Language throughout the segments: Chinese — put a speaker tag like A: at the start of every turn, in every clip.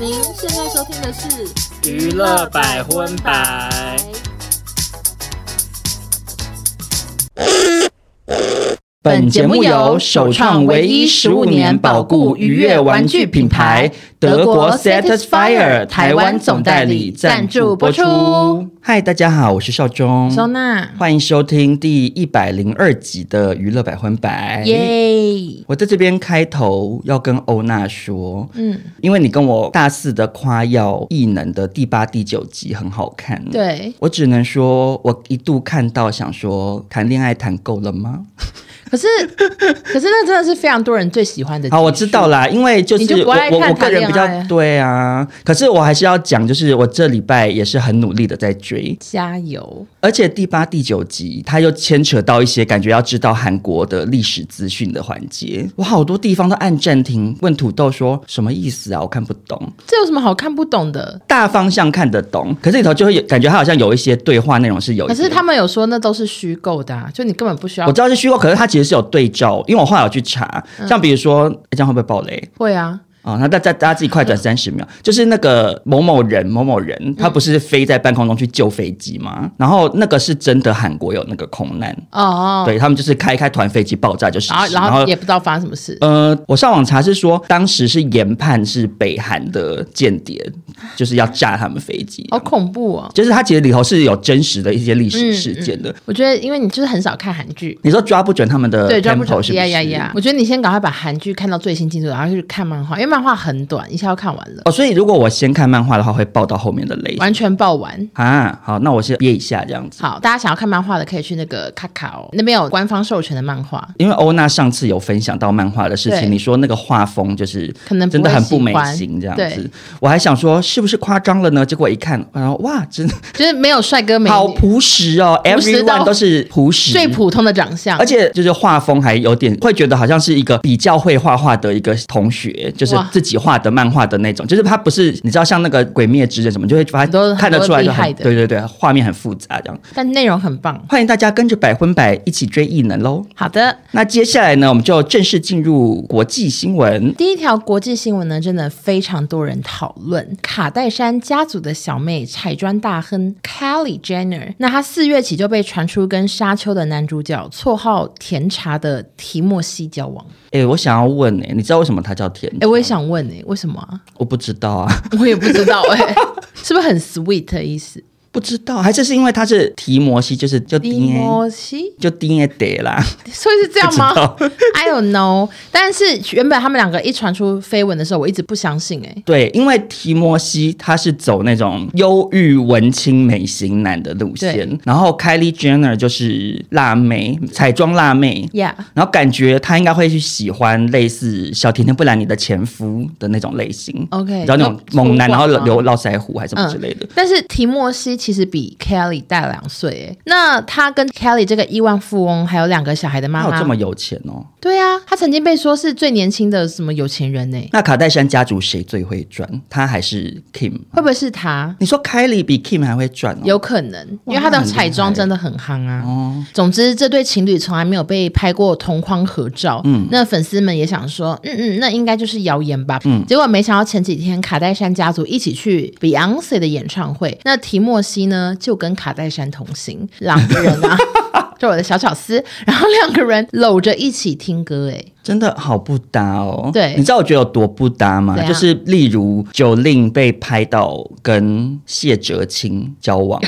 A: 您现在收听的是《
B: 娱乐百分百》。
C: 本节目由首创唯一十五年保固愉悦玩具品牌德国 Satisfyer 台湾总代理赞助播出。嗨，大家好，我是少中，
A: 收纳，
C: 欢迎收听第一百零二集的娱乐百分百。
A: 耶！
C: 我在这边开头要跟欧娜说，
A: 嗯，
C: 因为你跟我大肆的夸耀异能的第八、第九集很好看，，
A: 对。
C: 我只能说，我一度看到想说，谈恋爱谈够了吗？
A: 可是， 可是那真的是非常多人最喜欢的。
C: 好，我知道。啦，因为就
A: 你
C: 是
A: 就不
C: 我
A: 爱
C: 我
A: 看
C: 我个
A: 谈
C: 人
A: 恋
C: 比较
A: 爱
C: 对啊，可是我还是要讲，就是我这礼拜也是很努力的在追，
A: 加油！
C: 而且第八、第九集它又牵扯到一些感觉要知道韩国的历史资讯的环节，我好多地方都按暂停，问土豆说什么意思啊？我看不懂。
A: 这有什么好看不懂的？
C: 大方向看得懂，可是里头就会有感觉，它好像有一些对话内容是有一
A: 可
C: 些。
A: 是他们有说那都是虚构的、啊，就你根本不需
C: 我
A: 要。
C: 知道是虚构，可是它其实是有对照，因为我后来有去查，
A: 嗯
C: 像比如说，诶这样会不会爆雷？
A: 会啊，
C: 哦，那大家大家自己快转三十秒，就是那个某某人某某
A: 嗯
C: 人，他不是飞在半空中去救飞机吗？然后那个是真的，韩国有那个空难，
A: 哦哦。
C: 对他们就是开一开团飞机爆炸就是，
A: 然后，然后也不知道发生什么事。
C: 呃，我上网查是说，当时是研判是北韩的间谍，就是要炸他们飞机，
A: 好恐怖哦！
C: 就是它其实里头是有真实的一些历史事件的。
A: 我觉得，因为你就是很少看韩剧，
C: 你说抓不准他们的
A: 嗯对，抓不
C: tempo
A: 准
C: 是不
A: 呀
C: 是？
A: 呀呀！我觉得你先赶快把韩剧看到最新进度，然后去看漫画，因为漫画很短，一下就看完了，
C: 哦，所以如果我先看漫画的话，会爆到后面的雷
A: 完全爆完。
C: 啊。好，那我先憋一下这样子。
A: 好，大家想要看漫画的可以去那个卡卡哦，那边有官方授权的漫画，
C: 因为欧娜上次有分享到漫画的事
A: 对
C: 情，你说那个画风就是
A: 可能不
C: 真的
A: 会
C: 很
A: 喜
C: 不美
A: 欢
C: 型这样
A: 对
C: 子，我还想说是不是夸张了呢？结果一看，然后哇，真的
A: 就是没有帅哥美
C: 好
A: 女，
C: 朴实哦
A: 朴实到
C: ，everyone 都是朴实，
A: 最普通的长相
C: 而。且就是画风还有点会觉得好像是一个比较会画画的一个同学，就是
A: 哇
C: 自己画的漫画的那种，就是他不是你知道像那个《鬼灭之刃》什么，就会把
A: 很多
C: 它看得出来就
A: 很多厉害
C: 很
A: 的
C: 对对对，画面很复杂这样。
A: 但内容很棒。
C: 欢迎大家跟着百分百一起追异能喽！
A: 好的，
C: 那接下来呢，我们就正式进入国际新闻。
A: 第一条国际新闻呢，真的非常多人讨论。卡戴珊家族的小妹彩妆大亨 Kylie Jenner，那她四月起就被传出跟《沙丘》的男主角绰号“甜茶”的提莫西交往。
C: 哎、我想要问哎、你知道为什么它叫甜？
A: 哎、我也想问哎、为什么、啊？
C: 我不知道啊，
A: 我也不知道哎、是不是很 sweet 的意思？
C: 不知道，还是是因为它是提摩西，就是就
A: 提
C: 丁欸
A: 莫西，
C: 就丁哎得 啦，
A: 所以是这样吗
C: 不
A: ？I don't know。但是原本他们两个一传出绯闻的时候，我一直不相信哎、
C: 对，因为提摩西他是走那种忧郁文青美型男的路线，然后 Kylie Jenner 就是辣妹，彩妆辣妹。
A: Yeah，
C: 然后感觉他应该会去喜欢类似小甜甜布兰妮的前夫的那种类型
A: OK，
C: 然后那种
A: 哦那
C: 猛男，
A: 粗犷
C: 然后
A: 吗
C: 留络腮胡还是什么
A: 嗯
C: 之类的。
A: 但是提莫西其实比 Kelly 大两岁哎，那他跟 Kelly 这个亿万富翁还有两个小孩的妈
C: 他有这
A: 妈
C: 么，有钱哦？
A: 对啊，他曾经被说是最年轻的什么有钱人欸呢？
C: 那卡戴珊家族谁最会赚？他还是 Kim？
A: 会不会是他？
C: 你说凯莉比 Kim 还会赚哦？
A: 有可能，因
C: 哇
A: 为他
C: 那
A: 的
C: 很厉
A: 彩妆
C: 害哦
A: 真的很夯啊。总之，这对情侣从来没有被拍过同框合照。
C: 嗯
A: 那粉丝们也想说，嗯嗯，那应该就是谣言吧。
C: 嗯
A: 结果没想到前几天卡戴珊家族一起去 Beyonce 的演唱会，那提莫西呢就跟卡戴珊同行，两个人 啊。就我的小巧思，然后两个人搂着一起听歌，哎，
C: 真的好不搭哦。
A: 对
C: 你知道我觉得有多不搭吗
A: 怎？样
C: 就是例如九令被拍到跟谢哲青交 往。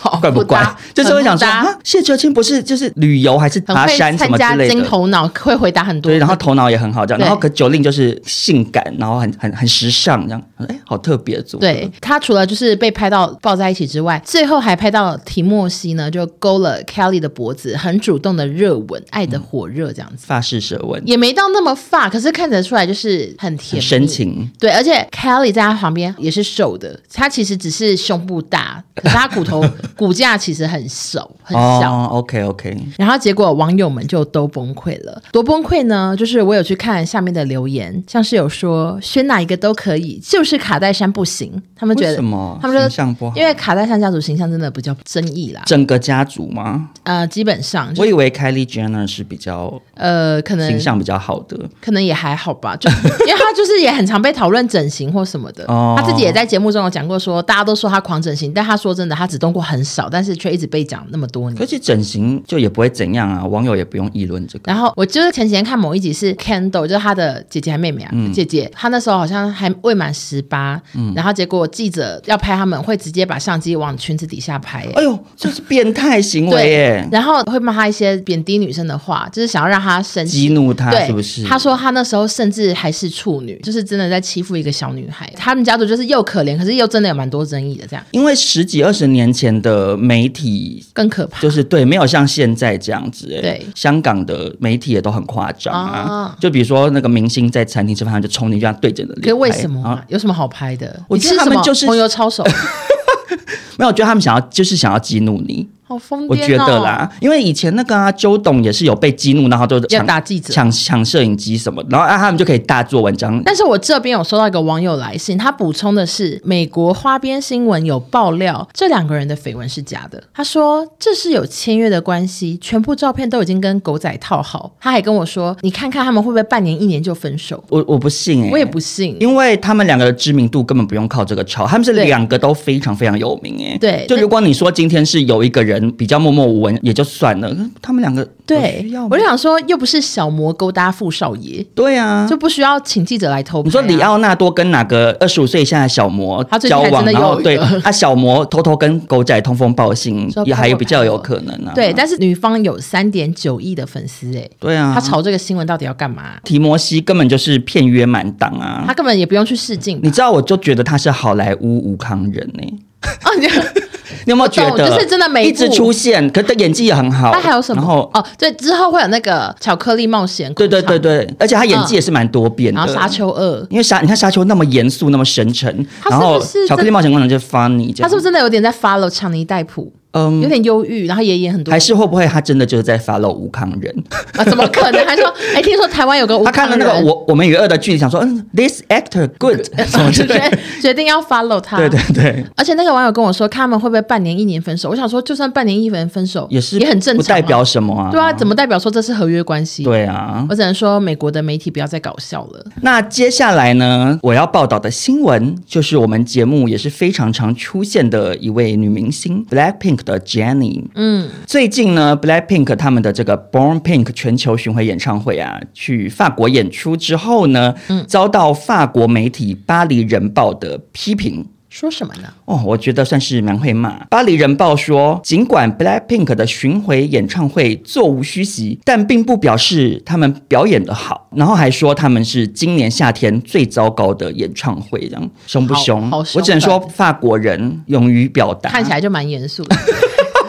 A: 好
C: 怪不怪
A: 哦搭？
C: 就是会想说，
A: 很不搭
C: 啊，谢哲青不是就是旅游还是
A: 很
C: 爬
A: 会
C: 山什
A: 参
C: 么
A: 加
C: 之类
A: 金
C: 的，
A: 头脑，会回答很多。
C: 对，然后头脑也很好这样，
A: 对
C: 然后可九令就是性感，然后很很很时尚这样，哎，好特别组合。
A: 对他除了就是被拍到抱在一起之外，最后还拍到提莫西呢，就勾了 Kelly 的脖子，很主动的热吻，爱的火热这样子，
C: 发式舌吻，
A: 也没到那么发，可是看得出来就是很
C: 很
A: 甜
C: 深
A: 蜜。
C: 情。
A: 对，而且 Kelly 在他旁边也是瘦的，他其实只是胸部大，可是他骨头股价其实很少很小。
C: 哦，OK OK，
A: 然后结果网友们就都崩溃了，多崩溃呢？就是我有去看下面的留言，像是有说选哪一个都可以，就是卡戴珊不行。他们觉
C: 为
A: 得
C: 什么？
A: 他们说
C: 形象不好，
A: 因为卡戴珊家族形象真的比较争议啦。
C: 整个家族吗？
A: 呃，基本上就
C: 我以为 Kylie Jenner 是比较
A: 呃，可能
C: 形象比较好的，
A: 可能也还好吧，就因为他就是也很常被讨论整形或什么的。
C: 哦
A: 他自己也在节目中有讲过说，大家都说他狂整形，但他说真的，他只动过很少，但是却一直被讲那么多
C: 可
A: 年。
C: 是整形就也不会怎样啊，网友也不用议论这个。
A: 然后我就是前几天看某一集是 Kendall，就是他的姐姐还妹妹啊，
C: 嗯
A: 姐姐，她那时候好像还未满十八、然后结果记者要拍他们，会直接把相机往裙子底下拍、欸
C: 哎呦，这是变态行为
A: 对
C: 耶，！
A: 然后会骂他一些贬低女生的话，就是想要让她生气
C: 激。怒他
A: 对，
C: 是不是？
A: 他说他那时候甚至还是处女，就是真的在欺负一个小女孩。他们家族就是又可怜，可是又真的有蛮多争议的，这样
C: 因为十几二十年前的媒体。
A: 更可怕。
C: 就是对，没有像现在这样子、欸。
A: 对
C: 香港的媒体也都很夸张啊。
A: 啊
C: 就比如说那个明星在餐厅吃饭，他就冲你，就这样对着你的脸
A: 可是为
C: 拍
A: 什么、
C: 然后
A: 啊？有什么好拍的？
C: 我
A: 你
C: 觉得
A: 吃
C: 他
A: 什
C: 们
A: 么
C: 就是
A: 红油抄 手，
C: 没有，我觉得他们想要就是想要激怒你，
A: 好疯癫、哦！
C: 我觉得啦，因为以前那个啊，周董也是有被激怒，然后就
A: 要
C: 抢
A: 打记者。
C: 抢抢摄影机什么的，然后啊他们就可以大做文章。
A: 但是我这边有收到一个网友来信，他补充的是，美国花边新闻有爆料这两个人的绯闻是假的。他说这是有签约的关系，全部照片都已经跟狗仔套好。他还跟我说，你看看他们会不会半年一年就分手？
C: 我我不信哎、
A: 我也不信。
C: 因为他们两个的知名度根本不用靠这个炒，他们是两个都非常非常有名哎、
A: 对
C: 就
A: 那
C: 如果你说今天是有一个人比较默默无闻也就算了，他们两个有
A: 对
C: 需要，吗
A: 我就想说，又不是小魔勾搭富少爷，
C: 对啊，
A: 就不需要请记者来偷拍啊、
C: 你说里奥纳多跟哪个二十五岁以下的小魔
A: 他最近
C: 交
A: 还
C: 往，
A: 真的
C: 然后
A: 有一
C: 对
A: 个
C: 啊，小魔偷偷跟狗仔通风报信
A: 说，
C: 也还
A: 拍我
C: 比较
A: 拍我
C: 有可能啊。
A: 对，但是女方有三点九亿的粉丝哎、
C: 对啊，
A: 他炒这个新闻到底要干嘛？
C: 提摩西根本就是片约满档啊
A: 他！根本也不用去试镜吧，
C: 你知道，我就觉得他是好莱坞吴康人呢、
A: 哦，你
C: 你有没有
A: 我哦懂
C: 觉得？
A: 就是真的每一
C: 一直
A: 部
C: 出现，可他演技也很好。
A: 他还有什么？
C: 然后，
A: 哦，对，之后会有那个巧克力冒险，
C: 对对对，对，而且他演技也是蛮多变
A: 嗯
C: 的。
A: 然后沙丘二，
C: 因为沙，你看沙丘那么严肃，那么深沉，
A: 他是不是
C: 然后
A: 真
C: 巧克力冒险工程就 funny，这样
A: 他是不是真的有点在 follow 强尼戴普，
C: 嗯，
A: 有点忧郁，然后也演很多，
C: 还是会不会他真的就是在 follow 吴康人？
A: 啊？怎么可能？还 说，哎，听说台湾有个吴
C: 他看了
A: 康
C: 那
A: 人
C: 个我我们与恶的距离，想说，嗯，this actor good，什么之
A: 决
C: 类的。
A: 决定要 follow 他，
C: 对对对，
A: 而且那个网友跟我说，看他们会不会半年一年分手？我想说，就算半年一年分手，
C: 也是
A: 也很正常、
C: 不代、表什么啊。
A: 对啊，怎么代表说这是合约关系？，
C: 对啊，
A: 我只能说美国的媒体不要再搞笑了。
C: 那接下来呢，我要报道的新闻就是我们节目也是非常常出现的一位女明星，BLACKPINK 的 Jennie。
A: 嗯，
C: 最近呢，BLACKPINK 他们的这个 Born Pink 全球巡回演唱会啊，去法国演出之后呢，遭到法国媒体《巴黎人报》的批评。
A: 说什么呢？
C: 哦，我觉得算是蛮会骂。巴黎人报说，尽管 BLACKPINK 的巡回演唱会座无虚席，但并不表示他们表演的好，然后还说他们是今年夏天最糟糕的演唱会，这样凶不
A: 好
C: 凶？
A: 好
C: 我只能
A: 凶啊
C: 说法国人勇于表达，
A: 看起来就蛮严 肃的，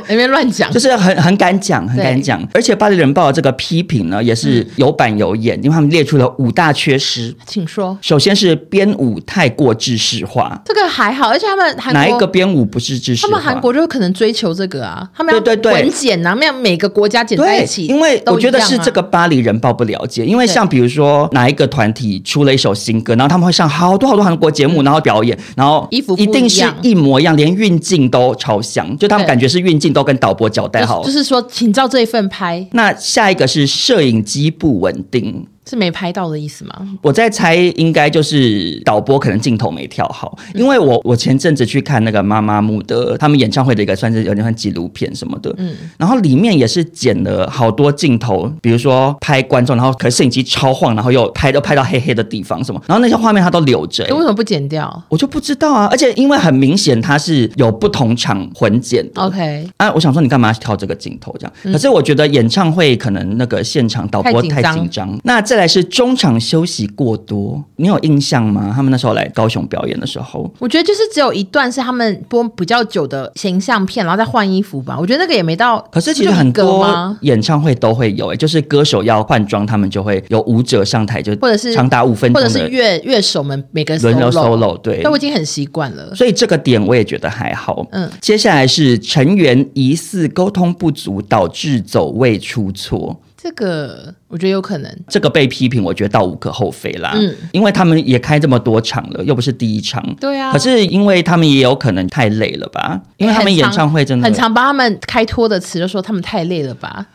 A: 那边乱讲。
C: 就是很很敢讲，很敢讲。而且《巴黎人报》的这个批评呢，也是有板有眼，因为他们列出了五大缺失。
A: 请说，
C: 首先是编舞太过制式化，
A: 这个还好，而且他们韩国
C: 哪一个编舞不是制式
A: 他
C: 化？
A: 们韩国就可能追求这个啊，他们
C: 对对
A: 要
C: 对
A: 文检啊，他们要每个国家剪在
C: 对
A: 一，起，
C: 因为我觉得是
A: 都一
C: 这
A: 样啊。
C: 个巴黎人报不了解，因为像比如说哪一个团体出了一首新歌，然后他们会上好多好多韩国节目，然后表演，然后
A: 嗯衣服不
C: 一定
A: 一
C: 是
A: 样
C: 一模一样，连运镜都超像，就他们
A: 对
C: 感觉是运镜都跟导播交代好
A: 就是就是说，请照这一份拍，
C: 那下一个是摄影机不稳定，
A: 是没拍到的意思吗？
C: 我在猜，应该就是导播可能镜头没调好，因为我我前阵子去看那个妈妈木的他们演唱会的一个算是有点像纪录片什么的，嗯，然后里面也是剪了好多镜头，比如说拍观众，然后可是摄影机超晃，然后又拍都拍到黑黑的地方什么，然后那些画面他都留着、欸
A: 为什么不剪掉
C: 我就不知道啊，而且因为很明显它是有不同场混剪的。
A: ？OK，
C: 啊，我想说你干嘛要挑这个镜头这样？可是我觉得演唱会可能那个现场导播
A: 嗯太紧
C: 太
A: 张
C: 紧张。那再来是中场休息过多，你有印象吗？他们那时候来高雄表演的时候，
A: 我觉得就是只有一段是他们播比较久的形象片，然后再换衣服吧。我觉得那个也没到，
C: 可是其实
A: 就
C: 很
A: 歌
C: 多
A: 吗？
C: 演唱会都会有、欸，就是歌手要换装，他们就会有舞者上台，就
A: 或者是
C: 长达五分
A: 或
C: 钟
A: 者是
C: 的
A: 乐乐手们每个
C: 轮流
A: solo，
C: solo，对
A: 但。我已经很习惯了。
C: 所以这个点我也觉得还好。
A: 嗯
C: 嗯，接下来是成员疑似沟通不足导致走位出错。
A: 这个我觉得有可能，
C: 这个被批评，我觉得倒无可厚非啦。
A: 嗯
C: 嗯，因为他们也开这么多场了，又不是第一场。
A: 对啊
C: 可是因为他们也有可能太累了吧？因为他们演唱会真的
A: 很常把他们开脱的词，就说他们太累了吧？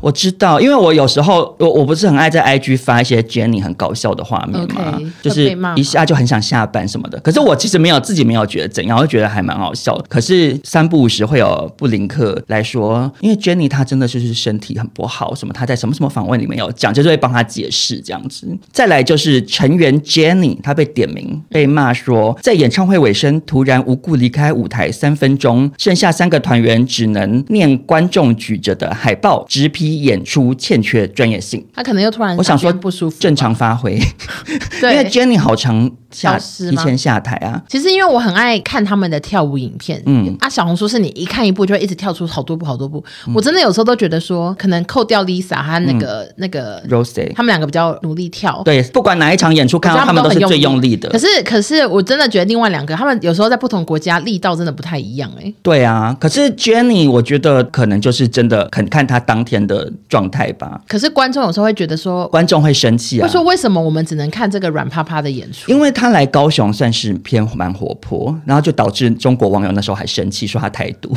C: 我知道，因为我有时候我我不是很爱在 IG 发一些 Jenny 很搞笑的画面嘛
A: OK，
C: 就
A: 会
C: 是
A: 被骂吗
C: 一下就很想下班什么的。可是我其实没有自己没有觉得怎样，我就觉得还蛮好笑的。可是三不五时会有布林克来说，因为 Jenny 她真的就是身体很不好，什么她在什么什么访问里面有讲，就是会帮她解释这样子。再来就是成员 Jenny 她被点名被骂说，在演唱会尾声突然无故离开舞台三分钟，剩下三个团员只能念观众举着的海报，直批演出欠缺专业性。
A: 他可能又突然
C: 我想说
A: 觉得不舒服，
C: 正常发挥，因为
A: 对。
C: Jenny 好常
A: 消
C: 下
A: 失
C: 提
A: 吗
C: 前下台啊。
A: 其实因为我很爱看他们的跳舞影片，嗯
C: 嗯，
A: 啊，小红书是你一看一部就会一直跳出好多部好多部，我真的有时候都觉得说，可能扣掉 Lisa 她那个、那个，
C: Rose，
A: 他们两个比较努力跳，
C: 嗯对，不管哪一场演出，
A: 我觉
C: 看
A: 得他
C: 到他
A: 们
C: 们都是
A: 很
C: 最用力
A: 可
C: 的。
A: 是可是我真的觉得另外两个他们有时候在不同国家力道真的不太一样哎、欸
C: 对啊，可是 Jenny 我觉得可能就是真的很看她当天的状态吧，
A: 可是观众有时候会觉得说，
C: 观众会生气啊
A: 会。说为什么我们只能看这个软趴趴的演出？
C: 因为她来高雄算是偏蛮活泼，然后就导致中国网友那时候还生气说她台独，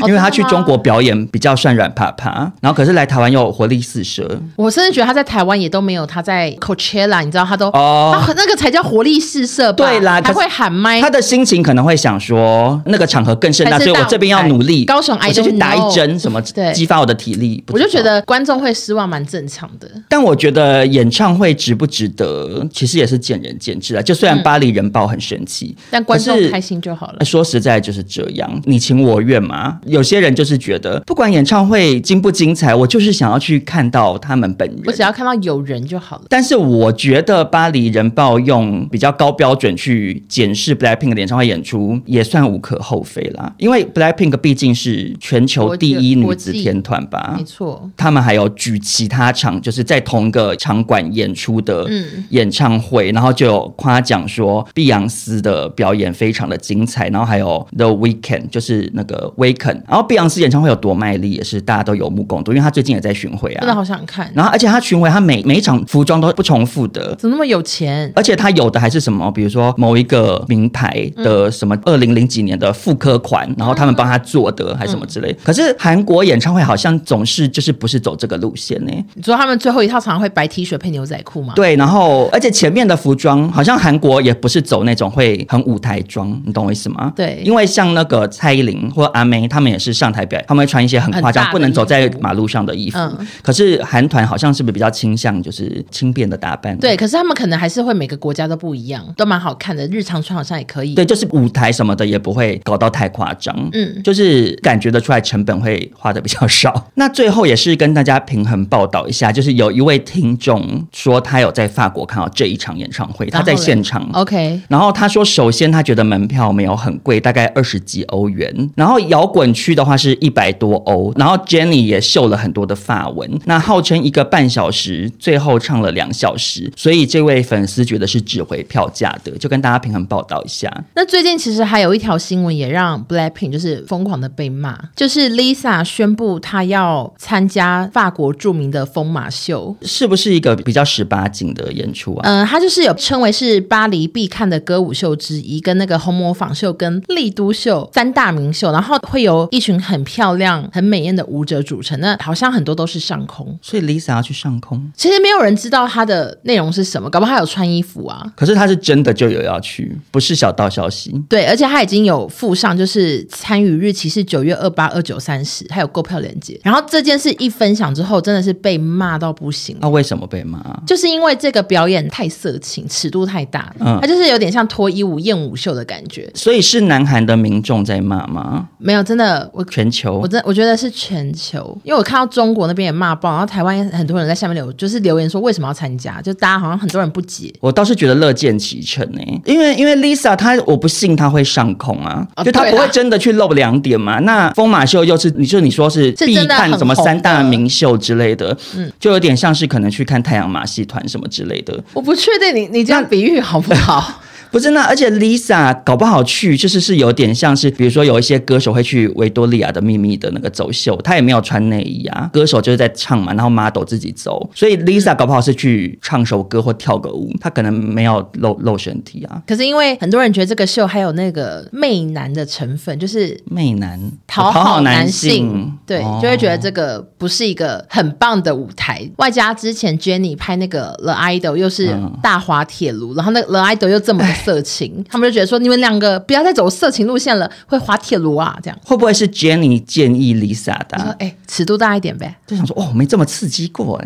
A: 哦
C: 因为她去中国表演比较算软趴趴，然后可是来台湾又活力四射，
A: 我甚至觉得他在台湾也都没有他在 Coachella，你知道他都，
C: 哦
A: 他那个才叫活力四射吧？
C: 对啦
A: 啊还
C: 可是
A: 会喊麦
C: 他。的心情可能会想说，那个场合更盛大，
A: 还是
C: 所以我
A: 大
C: 这边要
A: 舞台
C: 努力。
A: 高雄 I
C: 我先去
A: don't
C: 打
A: know
C: 一针什么
A: 对，
C: 激发我的体力。不
A: 我就
C: 知道
A: 觉，得观众会失望，蛮正常的。
C: 但我觉得演唱会值不值得，其实也是见仁见智啊。就虽然巴黎人报很生气，
A: 嗯但观
C: 可
A: 众
C: 是哎
A: 开心就好了。
C: 说实在就是这样，你情我愿嘛。有些人就是觉得，不管演唱会精不精彩，我就是想要去看到他们本人。
A: 我只要看到有人就好了。
C: 但是我觉得巴黎人报用比较高标准去检视 BLACKPINK 的演唱会演出，也算无可厚非啦。因为 BLACKPINK 毕竟是全球第一女子天团吧
A: 没，错，
C: 他们还有举其他场，就是在同一个场馆演出的
A: 嗯
C: 演唱会，然后就有夸奖说碧昂斯的表演非常的精彩，然后还有 The Weeknd 就是那个 Weeknd，然后碧昂斯演唱会有多卖力，也是大家都有目共睹，因为她最近也在巡回啊，
A: 真的好想看。
C: 然后而且他巡回，他每每一场服装都不重复的。
A: 怎么那么有钱？
C: 而且他有的还是什么，比如说某一个名牌
A: 嗯
C: 的什么二零零几年的复刻款，然后他们帮他做的，还是什么
A: 嗯
C: 之类。可是韩国演唱会好像总是就是不是走这个路线呢、
A: 你说他们最后一套常常会白 T 恤配牛仔裤吗？
C: 对，然后而且前面的服装好像韩国也不是走那种会很舞台装，你懂我意思吗？
A: 对
C: 因为像那个蔡依林或阿妹，他们也是上台表演，他们会穿一些很夸
A: 很大
C: 张，
A: 的
C: 不能走在
A: 衣服
C: 马路上的衣服。
A: 嗯
C: 可是韩团好像是不是比较倾向就是轻便的打扮？
A: 对，可是他们可能还是会每个国家都不一样，都蛮好看的。日常穿好像也可以。
C: 对，就是舞台什么的也不会搞到太夸张，
A: 嗯
C: 嗯，就是感觉得出来成本会花的比较少。那最后也是跟大家平衡报道一下，就是有一位听众说他有在法国看到这一场演唱会，他
A: 然后嘞哦
C: 在现场。
A: ，OK，
C: 然后他说，首先他觉得门票没有很贵，大概二十几欧元。然后摇滚区的话是一百多欧。然后 Jenny 也秀了很多的发文，那号称一个半小时，最后唱了两小时，所以这位粉丝觉得是值回票价的，就跟大家平衡报道一下。
A: 那最近其实还有一条新闻也让 Blackpink 就是疯狂的被骂，就是 Lisa 宣布她要参加法国著名的疯马秀。
C: 是不是一个比较十八禁的演出啊？
A: 嗯、呃，它就是有称为是巴黎必看的歌舞秀之一，跟那个红模仿秀、跟丽都秀三大名秀，然后会由一群很漂亮、很美艳的舞者组成。那好像很多都是上空，
C: 所以 Lisa 要去上空，
A: 其实没有人知道它的内容是什么，搞不好她有穿衣服啊。
C: 可是她是真的就有要去，不是小道消息。
A: 对，而且他已经有附上，就是参与日期是九月二八、二九、三十，还有购票链接。然后这件事一分享之后，真的是被骂到不行。
C: 那、为什么被骂？
A: 就是因为这个表演太色情，尺度太大，
C: 嗯
A: 它就是有点像脱衣舞、艳舞秀的感觉。
C: 所以是南韩的民众在骂吗？
A: 没有，真的，我
C: 全球
A: 我真我觉得是全球，因为我看到中国那边也骂爆，然后台湾也很多人在下面留，就是留言说为什么要参加，就大家好像很多人不解。
C: 我倒是觉得乐见其成诶、因为因为 Lisa 她我不信她会上空啊，
A: 啊
C: 就她
A: 对
C: 不会
A: 啦
C: 真的去露两点嘛。那疯马秀又是你就你说啊是
A: 是
C: 必
A: 真的
C: 看
A: 很
C: 什么
A: 红
C: 三大
A: 的
C: 名秀之类的，就有点像是可能去看太阳马戏团什么之类的。
A: 我不确定你你这样比喻好不好？
C: 不是那，而且 Lisa 搞不好去就是是有点像是，比如说有一些歌手会去维多利亚的秘密的那个走秀，她也没有穿内衣啊，歌手就是在唱嘛，然后 model 自己走，所以 Lisa 搞不好是去唱首歌或跳个舞，她可能没有露露身体啊。
A: 可是因为很多人觉得这个秀还有那个媚男的成分，就是
C: 媚男
A: 讨
C: 好
A: 男
C: 性，
A: 对，
C: 哦
A: 就会觉得这个不是一个很棒的舞台。外加之前 Jenny 拍那个 The Idol 又是
C: 嗯
A: 大滑铁卢，然后那个 The Idol 又这么的色 情，他们就觉得说你们两个不要再走色情路线了，会滑铁卢啊，这样。
C: 会不会是 Jenny 建议 Lisa 的
A: 我说
C: 啊、
A: 哎、尺度大一点呗。
C: 就想说，哦，没这么刺激过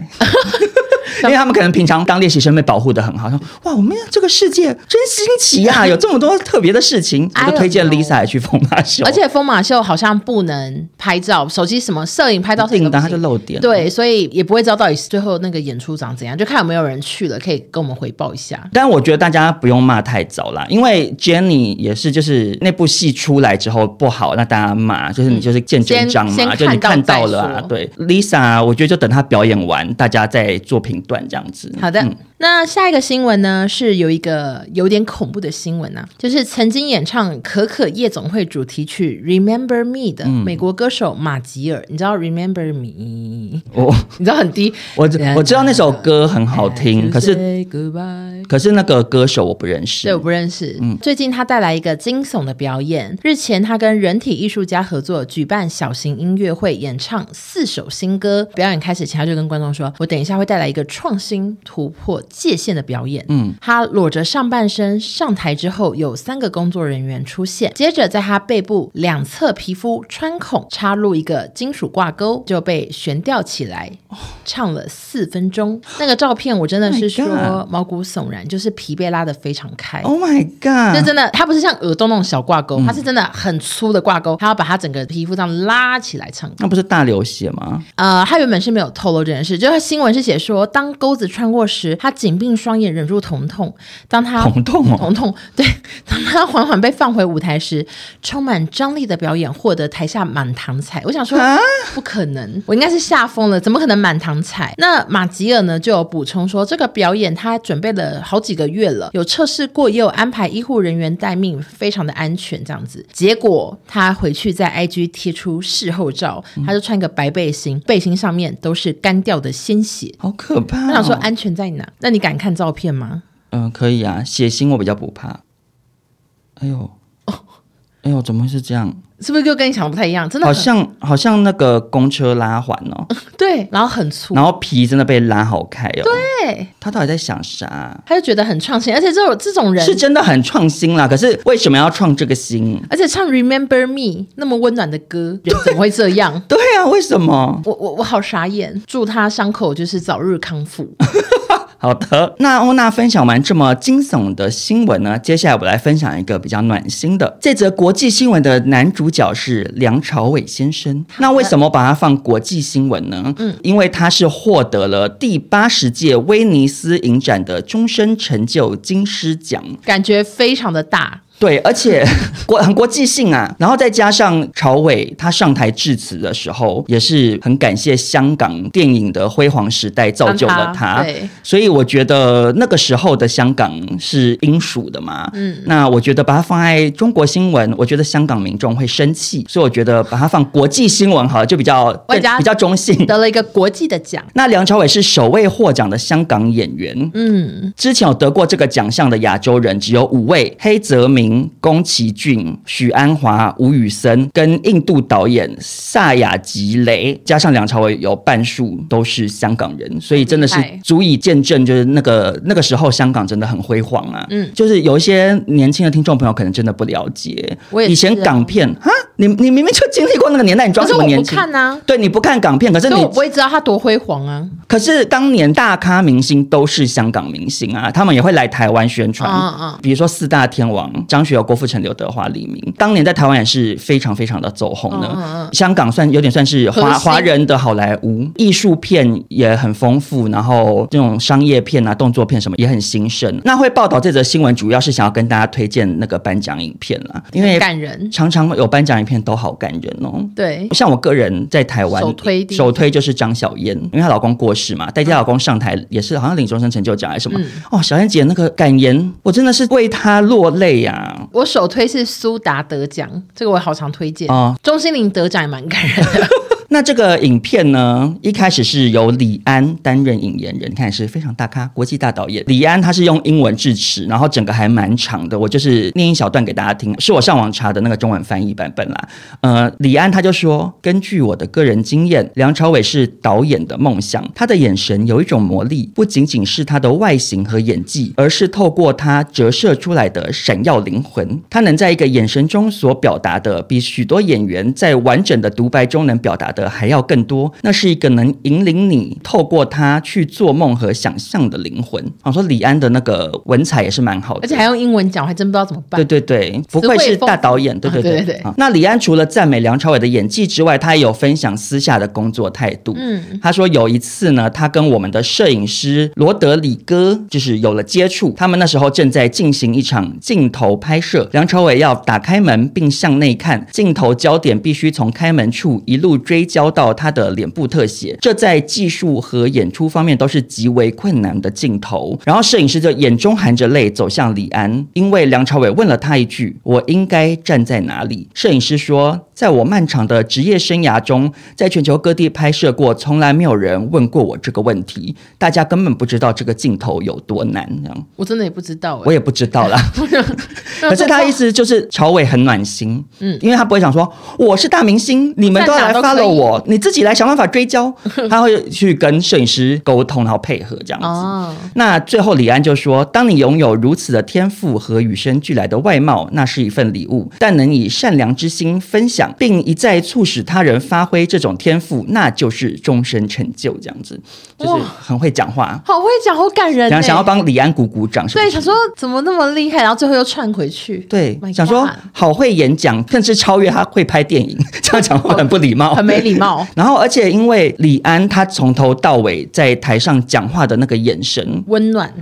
C: 哎、因为他们可能平常当练习生被保护的很好，
A: 嗯
C: 说哇，我们这个世界真新奇 啊，有这么多特别的事情。我
A: I
C: 就推荐
A: don't know
C: Lisa 也去疯马秀，
A: 哎而且疯马秀好像不能拍照，手机什么摄影拍照是一
C: 定
A: 个
C: 的
A: 不
C: 他
A: 行
C: 就露点，，
A: 对，所以也不会知道到底是最后那个演出长怎样，就看有没有人去了，可以跟我们回报一下。
C: 但我觉得大家不用骂太早啦，因为 Jenny 也是，就是那部戏出来之后不好，那大家骂，就是你就是见真章
A: 先
C: 嘛，
A: 先
C: 就你看
A: 看到
C: 到了啊
A: 再。说
C: 对，Lisa，我觉得就等她表演完，大家再做评断这样子。
A: 好的，
C: 嗯
A: 那下一个新闻呢是有一个有点恐怖的新闻啊，就是曾经演唱可可夜总会主题曲《Remember Me》的
C: 嗯
A: 美国歌手马吉尔，你知道《Remember Me》？
C: 我
A: 你知道很低，
C: 我我知道那首歌很好
A: 哎
C: 听，可是
A: Say Goodbye。
C: 可是那个歌手我不认识。嗯
A: 对，我不认识。最近他带来一个惊悚的表演。日前，他跟人体艺术家合作举办小型音乐会，演唱四首新歌。表演开始前，他就跟观众说：“我等一下会带来一个创新突破界限的表演。”嗯，他裸着上半身上台之后，有三个工作人员出现，接着在他背部两侧皮肤穿孔插入一个金属挂钩，就被悬吊起来，
C: 哦
A: 唱了四分钟。那个照片我真的
C: Oh my
A: 是说
C: God
A: 毛骨悚然，就是皮被拉得非常开。
C: Oh my
A: 就
C: god！
A: 真的，它不是像耳洞那种小挂钩，
C: 嗯
A: 它是真的很粗的挂钩，它要把它整个皮肤这样拉起来唱。
C: 那不是大流血吗？
A: 呃，他原本是没有透露这件事，就是新闻是写说，当钩子穿过时，他紧闭双眼，忍住疼痛。当他
C: 疼痛哦
A: 疼痛， 对，当他缓缓被放回舞台时，充满张力的表演获得台下满堂彩。我想说
C: 啊，
A: 不可能，我应该是吓疯了，怎么可能满堂彩？那马吉尔呢就有补充说，这个表演他准备了好几个月了，有测试过，也有安排医护人员待命，非常的安全这样子。结果他回去在 IG 贴出事后照，他就穿一个白背心，背心上面都是干掉的鲜血。
C: 好可怕、哦！
A: 我想说安全在哪？那你敢看照片吗？
C: 嗯、可以啊，血腥我比较不怕。哎呦，
A: 哦
C: 哎呦，怎么会是这样？
A: 是不是就跟你想的不太一样？真的
C: 好
A: 很
C: 像好像那个公车拉环哦，
A: 对，然后很粗，
C: 然后皮真的被拉好开哦。对，
A: 对，
C: 他到底在想啥？
A: 他就觉得很创新，而且这种这种人
C: 是真的很创新啦，可是为什么要创这个新？
A: 而且唱《Remember Me》那么温暖的 歌，人怎么会这样？
C: 对啊，为什么？
A: 我我我好傻眼，祝他伤口就是早日康复。
C: 好的，那欧娜分享完这么惊悚的新闻呢，接下来我来分享一个比较暖心的。这则国际新闻的男主角是梁朝伟先生。那为什么把它放国际新闻呢？嗯，因为他是获得了第八十届威尼斯影展的终身成就金狮奖。
A: 感觉非常的大，
C: 对，而 且国很国际性啊，然后再加上朝伟他上台致辞的时候，也是很感谢香港电影的辉煌时代造就了
A: 帮
C: 他。
A: 对，
C: 所以我觉得那个时候的香港是英属的嘛，嗯，那我觉得把它放在中国新闻，我觉得香港民众会生气，所以我觉得把它放国际新闻好了，就比较
A: 外加
C: 比较中性。
A: 得了一个国际的奖。
C: 那梁朝伟是首位获奖的香港演员，
A: 嗯，
C: 之前有得过这个奖项的亚洲人只有五位：黑泽明、宫崎骏、许鞍华、吴宇森，跟印度导演萨雅吉雷，加上梁朝伟有半数都是香港人，所以真的是
A: 厉害
C: 足以见证，就是那个那个时候香港真的很辉煌啊。嗯
A: 嗯，
C: 就是有一些年轻的听众朋友可能真的不了解，
A: 我也是
C: 以前
A: 啊
C: 港片哈。你你明明就经历过那个年代，你
A: 可
C: 装
A: 是
C: 什
A: 我
C: 么
A: 不
C: 年轻？
A: 看啊，
C: 对，你不看港片，可是
A: 所以
C: 你
A: 我不会知道它多辉煌啊。
C: 可是当年大咖明星都是香港明星啊，他们也会来台湾宣传。
A: 嗯嗯
C: 比如说四大天王张学友、郭富城、刘德华、李明，当年在台湾也是非常非常的走红的。
A: 嗯嗯嗯
C: 香港算有点算是华
A: 核心
C: 华人的好莱坞，艺术片也很丰富，然后这种商业片啊、动作片什么也很兴盛。那会报道这则新闻，主要是想要跟大家推荐那个颁奖影片啦，因为
A: 很感人。
C: 常常有颁奖影片都好感人哦。
A: 对，
C: 像我个人在台湾
A: 首推第一
C: 首推就是张小燕，因为她老公过世嘛，代替她老公上台也是好像领终身成就奖还是什么。
A: 嗯
C: 哦，小燕姐那个感言，我真的是为她落泪啊呀、
A: 我首推是苏达得奖，这个我好常推荐。
C: 哦，
A: 钟欣凌得奖也蛮感人 的，
C: 那这个影片呢，一开始是由李安担任引言人，你看也是非常大咖，国际大导演。李安他是用英文致辞，然后整个还蛮长的，我就是念一小段给大家听，是我上网查的那个中文翻译版本啦。呃，李安他就说，根据我的个人经验，梁朝伟是导演的梦想，他的眼神有一种魔力，不仅仅是他的外形和演技，而是透过他折射出来的闪耀灵魂。他能在一个眼神中所表达的，比许多演员在完整的独白中能表达的还要更多。那是一个能引领你透过他去做梦和想象的灵魂。我说李安的那个文采也是蛮好的，
A: 而且还用英文讲，我还真不知道怎么办。
C: 对对对，不
A: 词
C: 愧
A: 汇
C: 是
A: 丰
C: 大
A: 富
C: 导演，对
A: 啊
C: 对
A: 对
C: 对
A: 对对
C: 啊那李安除了赞美梁朝伟的演技之外，他也有分享私下的工作态度。
A: 嗯，
C: 他说有一次呢，他跟我们的摄影师罗德里戈就是有了接触，他们那时候正在进行一场镜头拍摄，梁朝伟要打开门并向内看，镜头焦点必须从开门处一路追焦到他的脸部特写，这在技术和演出方面都是极为困难的镜头。然后摄影师就眼中含着泪走向李安，因为梁朝伟问了他一句：“我应该站在哪里？”摄影师说：“在我漫长的职业生涯中，在全球各地拍摄过，从来没有人问过我这个问题。大家根本不知道这个镜头有多难。”这样，
A: 我真的也不知道、欸。
C: 我也不知 道啦。可是他意思就是，朝伟很暖心，
A: 嗯
C: 嗯，因为他不会想说我是大明星，你们都要来
A: 站哪都可以
C: follow 我，你自己来想办法追焦。他会去跟摄影师沟通，然后配合这样子。
A: 哦，
C: 那最后李安就说：“当你拥有如此的天赋和与生俱来的外貌，那是一份礼物。但能以善良之心分享，并一再促使他人发挥这种天赋，那就是终身成就。”这样子，就是很会讲话，
A: 好会讲，好感人、欸。
C: 想想要帮李安鼓鼓掌是不
A: 对，
C: 是，
A: 想说怎么那么厉害，然后最后又串回去，
C: 对
A: My，
C: 想说
A: God
C: 好会演讲，甚至超越他会拍电影， 这样讲话很不礼貌，
A: 哦很没礼貌
C: 然后，而且因为李安他从头到尾在台上讲话的那个眼神，
A: 温暖，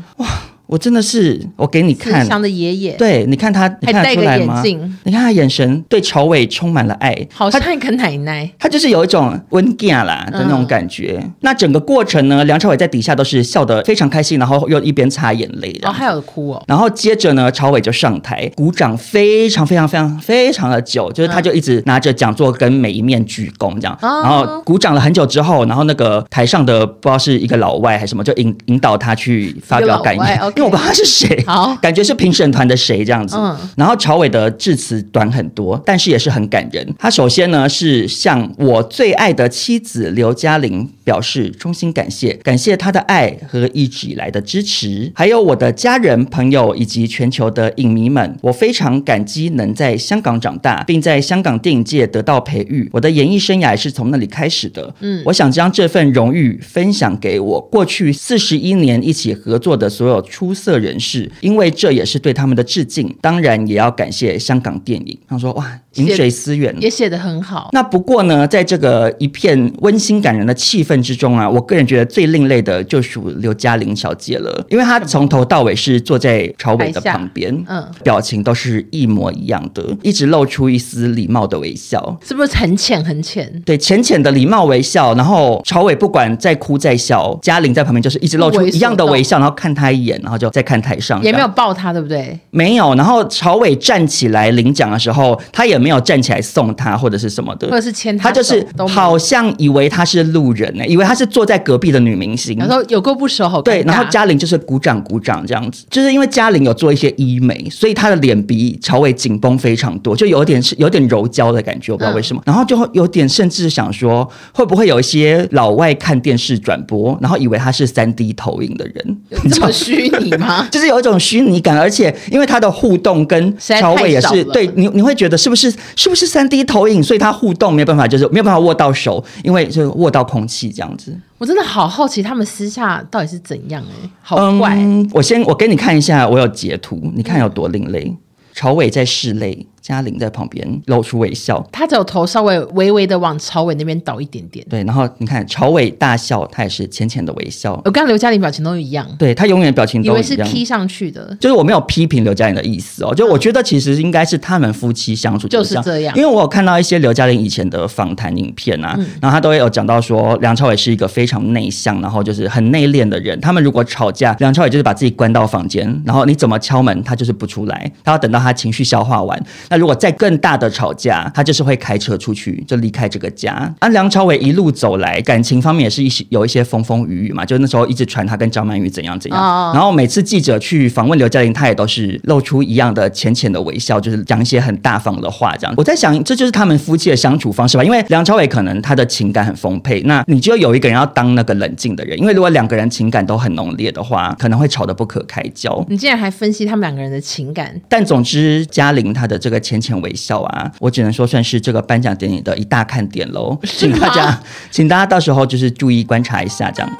C: 我真的是，我给你
A: 慈
C: 看，
A: 祥的爷爷，
C: 对，你看他，你
A: 还
C: 看
A: 戴
C: 得
A: 个
C: 出来
A: 眼
C: 吗？
A: 镜，
C: 你看他眼神对朝伟充满了爱，
A: 好
C: 他
A: 像一个奶奶。
C: 他就是有一种温感啦的那种感觉。
A: 嗯
C: 那整个过程呢，梁朝伟在底下都是笑得非常开心，然后又一边擦眼泪这
A: 哦，
C: 样。
A: 还有哭哦，
C: 然后接着呢，朝伟就上台鼓掌，非常非常非常非常的久，
A: 嗯
C: 就是他就一直拿着讲座跟每一面鞠躬这样，
A: 哦
C: 然后鼓掌了很久之后，然后那个台上的不知道是一个老外还是什么，就引引导他去发表感言
A: 一个老外，，OK
C: 因为我不知道他是谁，
A: 好
C: 感觉是评审团的谁这样子。
A: 嗯
C: 然后朝伟的致辞短很多，但是也是很感人。他首先呢是向我最爱的妻子刘嘉玲表示衷心感谢，感谢她的爱和一直以来的支持，还有我的家人、朋友以及全球的影迷们，我非常感激能在香港长大，并在香港电影界得到培育。我的演艺生涯也是从那里开始的。嗯，我想将这份荣誉分享给我过去四十一年一起合作的所有出色人士，因为这也是对他们的致敬。当然，也要感谢香港电影。他说：“哇，饮水思源。”
A: 也写得很好。
C: 那不过呢，在这个一片温馨感人的气氛之中啊，我个人觉得最另类的就属刘嘉玲小姐了，因为她从头到尾是坐在朝伟
A: 台
C: 的
A: 下
C: 旁边，
A: 嗯
C: 表情都是一模一样的，一直露出一丝礼貌的微笑。
A: 是不是很浅很浅？
C: 对，浅浅的礼貌微笑，然后朝伟不管在哭在笑，嘉玲在旁边就是一直露出
A: 不为所
C: 一样的
A: 动
C: 微笑，然后看他一眼，然后就再看台上，
A: 也没
C: 这
A: 有
C: 样
A: 抱他，对不对？
C: 没有。然后朝伟站起来领奖的时候，他也没有站起来送他或者是什么的，
A: 或者是牵
C: 他就
A: 手
C: 是
A: 都没有
C: 好，像以为她是路人欸呢、以为她是坐在隔壁的女明星
A: 然。后有够不熟，好尴
C: 对，
A: 尬
C: 然后嘉玲就是鼓掌鼓掌这样子，就是因为嘉玲有做一些医美，所以她的脸比朝伟紧绷非常多，就有点是有点柔焦的感觉，我不知道
A: 嗯
C: 为什么。然后就会有点甚至想说，会不会有一些老外看电视转播，然后以为她是三 D 投影的人，
A: 这么虚拟拟吗？
C: 就是有一种虚拟感，而且因为他的互动跟
A: 实在
C: 乔
A: 太
C: 伟也
A: 少
C: 是
A: 了
C: 对你，你会觉得是不是是不是三 D 投影，所以他互动没有办法，就是没有办法握到手，因为就握到空气这样子。
A: 我真的好好奇他们私下到底是怎样哎、好怪、
C: 嗯，我先我给你看一下，我有截图，你看有多另类。朝伟在室内，嘉玲在旁边露出微笑。
A: 他只有头稍微微微的往朝伟那边倒一点点。
C: 对，然后你看朝伟大笑，他也是浅浅的微笑。
A: 我跟刘嘉玲表情都一样，
C: 对他永远表情
A: 以
C: 都
A: 为
C: 一
A: 是
C: 样。
A: 踢上去的。
C: 就是我没有批评刘嘉玲的意思哦，就我觉得其实应该是他们夫妻相处
A: 嗯就是这样嗯
C: 因为我有看到一些刘嘉玲以前的访谈影片啊，然后她都会有讲到说梁朝伟是一个非常内向，然后就是很内敛的人。他们如果吵架，梁朝伟就是把自己关到房间，然后你怎么敲门，他就是不出来，他要等到他情绪消化完。那如果再更大的吵架，他就是会开车出去，就离开这个家。啊，梁朝伟一路走来，感情方面也是一些有一些风风雨雨嘛，就那时候一直传他跟张曼玉怎样怎样，
A: 哦
C: 然后。然后每次记者去访问刘嘉玲，她也都是露出一样的浅浅的微笑，就是讲一些很大方的话，这样。我在想，这就是他们夫妻的相处方式吧。因为梁朝伟可能他的情感很丰沛，那你就有一个人要当那个冷静的人，因为如果两个人情感都很浓烈的话，可能会吵得不可开交。
A: 你竟然还分析他们两个人的情感，
C: 但总之，嘉玲她的这个浅浅微笑啊，我只能说算是这个颁奖典礼的一大看点 喽。请大家，请大家到时候就是注意观察一下，这样。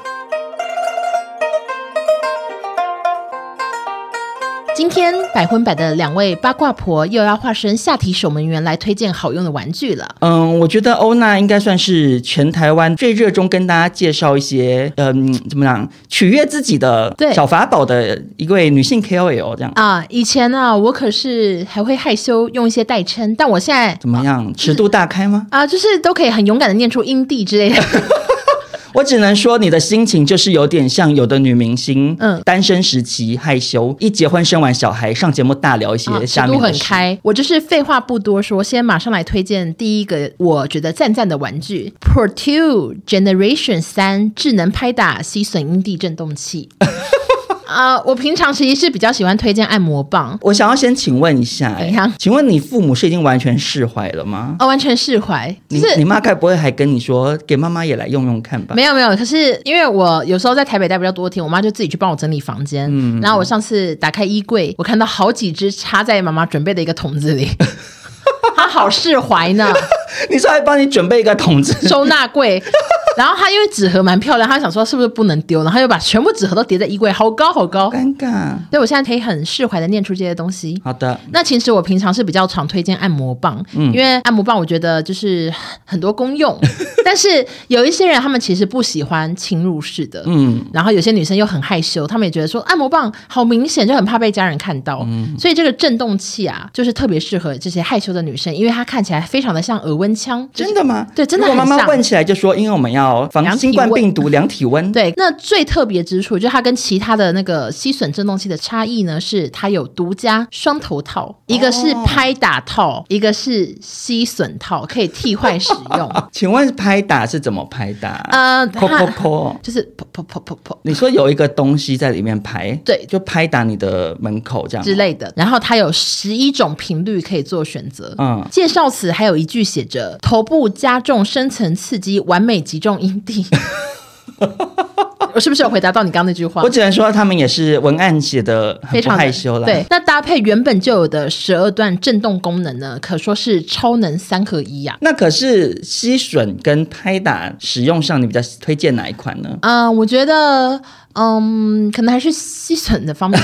A: 今天百分百的两位八卦婆又要化身下体守门员来推荐好用的玩具了。
C: 嗯，我觉得欧娜应该算是全台湾最热衷跟大家介绍一些，嗯，怎么讲，取悦自己的
A: 对
C: 小法宝的一位女性 KOL 这样。
A: 啊，以前呢、我可是还会害羞用一些代称，但我现在
C: 怎么样？尺度大开吗？
A: 啊，就是都可以很勇敢的念出音地之类的。
C: 我只能说，你的心情就是有点像有的女明星，
A: 嗯
C: 嗯，单身时期害羞，一结婚生完小孩，上节目大聊一
A: 啊
C: 些
A: 尺
C: 下
A: 度
C: 面的
A: 很
C: 事。
A: 开，我就是废话不多说，先马上来推荐第一个我觉得赞赞的玩具 Pro Two Generation 三智能拍打吸吮阴蒂震动器。 啊、我平常其实是比较喜欢推荐按摩棒，
C: 我想要先请问一下、
A: 怎样
C: 请问你父母是已经完全释怀了吗？
A: 哦，完全释怀，就
C: 你你
A: 是。
C: 妈该不会还跟你说给妈妈也来用用看吧？
A: 没有没有，可是因为我有时候在台北待比较多天，我妈就自己去帮我整理房间。
C: 嗯
A: 然后我上次打开衣柜，我看到好几只插在妈妈准备的一个桶子里， 她好释怀呢。
C: 你说还帮你准备一个桶 子，
A: 收纳柜。然后他因为纸盒蛮漂亮，他想说是不是不能丢，然后又把全部纸盒都叠在衣柜，好高好高。
C: 尴尬。
A: 对我现在可以很释怀的念出这些东西。
C: 好的，
A: 那其实我平常是比较常推荐按摩棒，
C: 嗯
A: 因为按摩棒我觉得就是很多功 用，但是有一些人他们其实不喜欢侵入式的，嗯，然后有些女生又很害羞，她们也觉得说按摩棒好明显，就很怕被家人看到，
C: 嗯
A: 所以这个震动器啊，就是特别适合这些害羞的女生，因为它看起来非常的像耳温枪，就是
C: 真的吗？
A: 对真的
C: 我妈
A: 很
C: 妈
A: 像
C: 问起来就说，因为我们要
A: 量
C: 防
A: 体
C: 新冠
A: 温
C: 病毒量体温。，
A: 对，那最特别之处就是它跟其他的那个吸吮振动器的差异呢，是它有独家双头套，一个是
C: 哦
A: 拍打套，一个是吸吮套，可以替换使 用。
C: 请问拍打是怎么拍打？
A: 呃
C: 扣
A: 它
C: 扣扣。
A: 就是噗噗噗噗噗
C: 你说有一个东西在里面拍，
A: 对
C: 就拍打你的门口这样吗
A: 之。类的，然后它有十一种频率可以做选择。
C: 嗯
A: 介绍词还有一句写着“头部加重深层刺激，完美击中阴 蒂”我是不是有回答到你刚刚那句话？
C: 我只能说他们也是文案写的很
A: 非
C: 不
A: 常的
C: 害羞啦。
A: 对，，那搭配原本就有的十二段震动功能呢，可说是超能三合一呀、啊。
C: 那可是吸吮跟拍打使用上，你比较推荐哪一款呢？
A: 嗯，我觉得，嗯，可能还是吸吮的方面，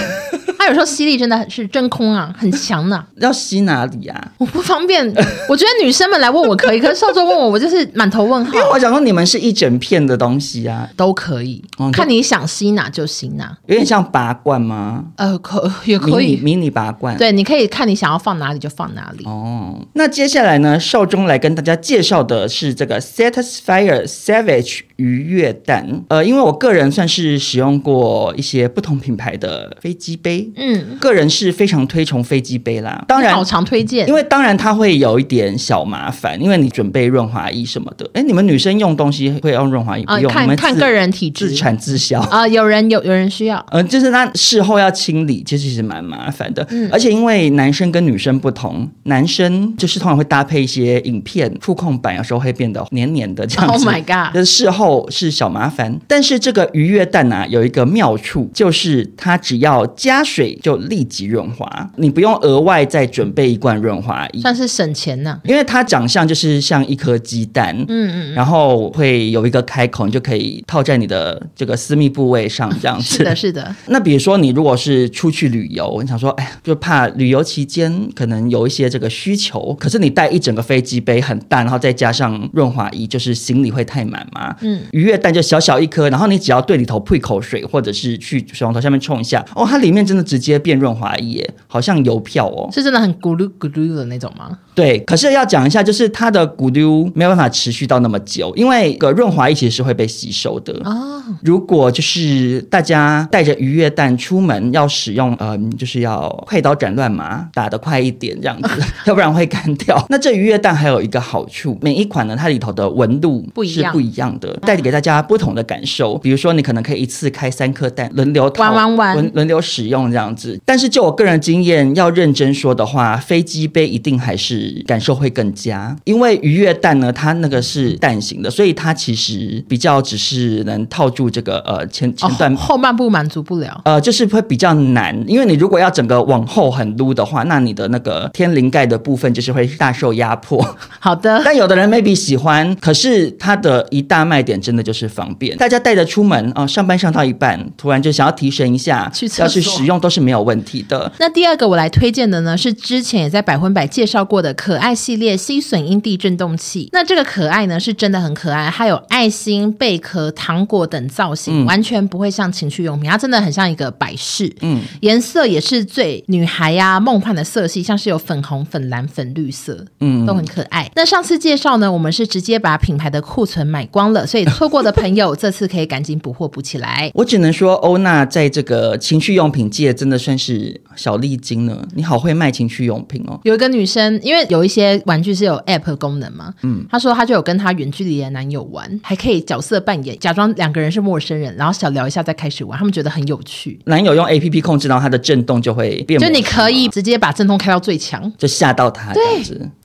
A: 它有时候吸力真的是真空啊，很强呢、
C: 要吸哪里啊？
A: 我不方便，我觉得女生们来问我可以，可是少周问我，我就是满头问号
C: 因。为我想说你们是一整片的东西啊，
A: 都可以
C: 哦，
A: 看你想吸哪就吸哪。
C: 有点像拔罐吗？
A: 呃，可也
C: 迷
A: 可
C: 你
A: 以，
C: 迷你拔罐。
A: 对，你可以看你想要放哪里就放哪里。
C: 哦，那接下来呢，少中来跟大家介绍的是这个 Satisfier Savage 愉悦蛋。呃，因为我个人算是使用过一些不同品牌的飞机杯，
A: 嗯，
C: 个人是非常推崇飞机杯啦。当然
A: 好，常推荐，
C: 因
A: 为
C: 为当然它会有一点小麻烦，因为你准备润滑液什么的。哎，你们女生用东西会用润滑液，不
A: 啊，
C: 用、你
A: 看
C: 们
A: 看
C: 自
A: 个人体
C: 自
A: 质
C: 产自销。
A: 啊，有人有有人需要，
C: 嗯，就是它事后要清理，其实其实蛮麻烦的。
A: 嗯
C: 而且因为男生跟女生不同，男生就是通常会搭配一些影片，触控板有时候会变得黏黏的这样
A: Oh
C: 子。
A: my god
C: 就是事后是小麻烦，但是这个愉悦蛋啊有一个妙处，就是它只要加水就立即润滑，你不用额外再准备一罐润滑液。
A: 算是省钱呐。
C: 因为它长相就是像一颗鸡蛋，
A: 嗯嗯
C: 然后会有一个开口，你就可以套在你的这个私密部位上，这样
A: 嗯，
C: 子。
A: 是的，是的，
C: 那比如说，你如果是出去旅游，你想说，哎呀，就怕旅游期间可能有一些这个需求，可是你带一整个飞机杯很大，然后再加上润滑液，就是行李会太满嘛。
A: 嗯，
C: 愉悦蛋就小小一颗，然后你只要对里头配口水，或者是去水龙头下面冲一下，哦，它里面真的直接变润滑液耶，好像邮票哦。
A: 是真的很咕噜咕噜的那种吗？
C: 对，可是要讲一下，就是它的骨溜没有办法持续到那么久，因为呃润滑液其实是会被吸收的。
A: 哦，
C: 如果就是大家带着愉悦蛋出门，要使用呃，就是要快刀斩乱麻，打得快一点这样 子，要不然会干掉。 那这愉悦蛋还有一个好处，每一款呢，它里头的纹路
A: 不一
C: 是
A: 样
C: 不一样的，带给大家不同的感受。比如说，你可能可以一次开三颗蛋，轮流套
A: 玩玩玩
C: 轮轮流使用这样子。但是就我个人经验，要认真说的话，飞机杯一定还是感受会更佳，因为愉悦蛋呢，它那个是蛋形的，所以它其实比较只是能套住这个呃前前
A: 哦
C: 段。
A: 后后半部满足不了，
C: 呃，就是会比较难，因为你如果要整个往后很撸的话，那你的那个天灵盖的部分就是会大受压迫。
A: 好 的，
C: 但有的人 maybe 喜欢，可是它的一大卖点真的就是方便，大家带着出门啊、上班上到一半，突然就想要提神一下，
A: 去厕所
C: 要去使用都是没有问题的。
A: 那第二个我来推荐的呢，是之前也在百分百介绍过的可爱系列吸吮阴蒂震动器。那这个可爱呢，是真的很可爱，它有爱心、贝壳、糖果等造型，完全不会像情趣用品，它真的很像一个摆饰。嗯，颜色也是最女孩呀、梦幻的色系，像是有粉红、粉蓝、粉绿色，嗯，都很可爱。那上次介绍呢，我们是直接把品牌的库存买光了，所以错过的朋友 这次可以赶紧补货补起来。
C: 我只能说，欧娜在这个情趣用品界真的算是小丽精了。你好会卖情趣用品哦。
A: 有一个女生，因为有一些玩具是有 app 功能嘛，嗯，她说她就有跟她远距离的男友玩，还可以角色扮演，假装两个人是陌生人，然后小聊一下再开始玩，他们觉得很有趣。
C: 男友用 A P P 控制，然后它的震动就会变模
A: 就
C: 糊，
A: 你可以直接把阵痛开到最强，
C: 就吓到他这样子。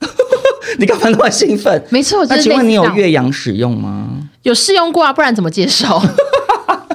C: 你干嘛那么兴奋？
A: 没错，就
C: 那
A: 是
C: 请问你
A: 类似这
C: 有
A: 样
C: 岳阳使用吗？
A: 有试用过啊，不然怎么接受？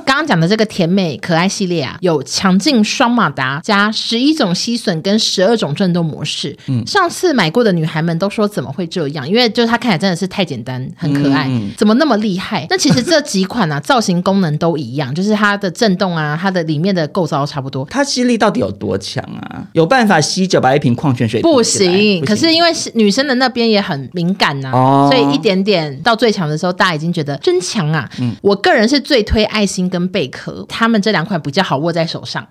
A: 刚刚讲的这个甜美可爱系列啊，有强劲双马达加十一种吸吮跟十二种震动模式。上次买过的女孩们都说怎么会这样？因为就是它看起来真的是太简单，很可爱，怎么那么厉害？那其实这几款啊，造型功能都一样，就是它的震动啊，它的里面的构造都差不多。
C: 它吸力到底有多强啊？有办法吸着把一瓶矿泉水
A: 不
C: 提起来
A: 行，可是因
C: 为
A: 为是女生的那边也很敏感呐、
C: 哦
A: 所以一点点到最强的时候，大家已经觉得真强啊。
C: 嗯
A: 我个人是最推爱心跟贝壳，他们这两款比较好握在手 上。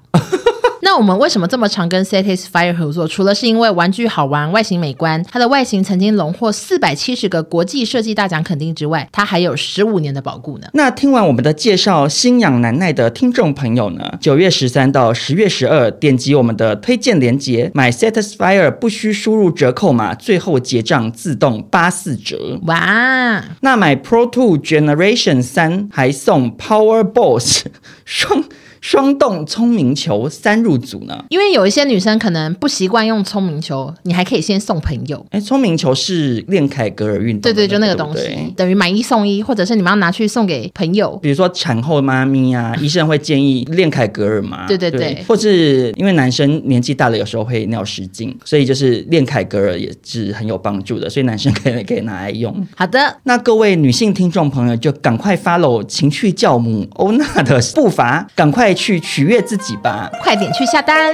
A: 那我们为什么这么常跟 Satisfyer 合作？除了是因为玩具好玩、外形美观，它的外形曾经荣获四百七十个国际设计大奖肯定之外，它还有十五年的保固呢。
C: 那听完我们的介绍，心痒难耐的听众朋友呢，九月十三到十月十二，点击我们的推荐链接，买 Satisfyer 不需输入折扣码，最后结账自动八四折。
A: 哇，
C: 那买 Pro Two Generation 三还送 Power Balls 双双动聪明球三入组呢。
A: 因为有一些女生可能不习惯用聪明球，你还可以先送朋友。
C: 哎，聪明球是练凯格尔运动的、
A: 对对，就那个
C: 对
A: 东
C: 不
A: 西，
C: 对
A: 等于买一送一，或者是你们要拿去送给朋友。
C: 比如说产后妈 咪啊，医生会建议练凯格尔嘛，
A: 对对对
C: 或是因为男生年纪大了，有时候会尿失禁，所以就是练凯格尔也是很有帮助的，所以男生可以可以拿来用。
A: 好的，
C: 那各位女性听众朋友，就赶快 follow 情趣教母欧娜的步伐，赶快去取悦自己吧。
A: 快点去下单。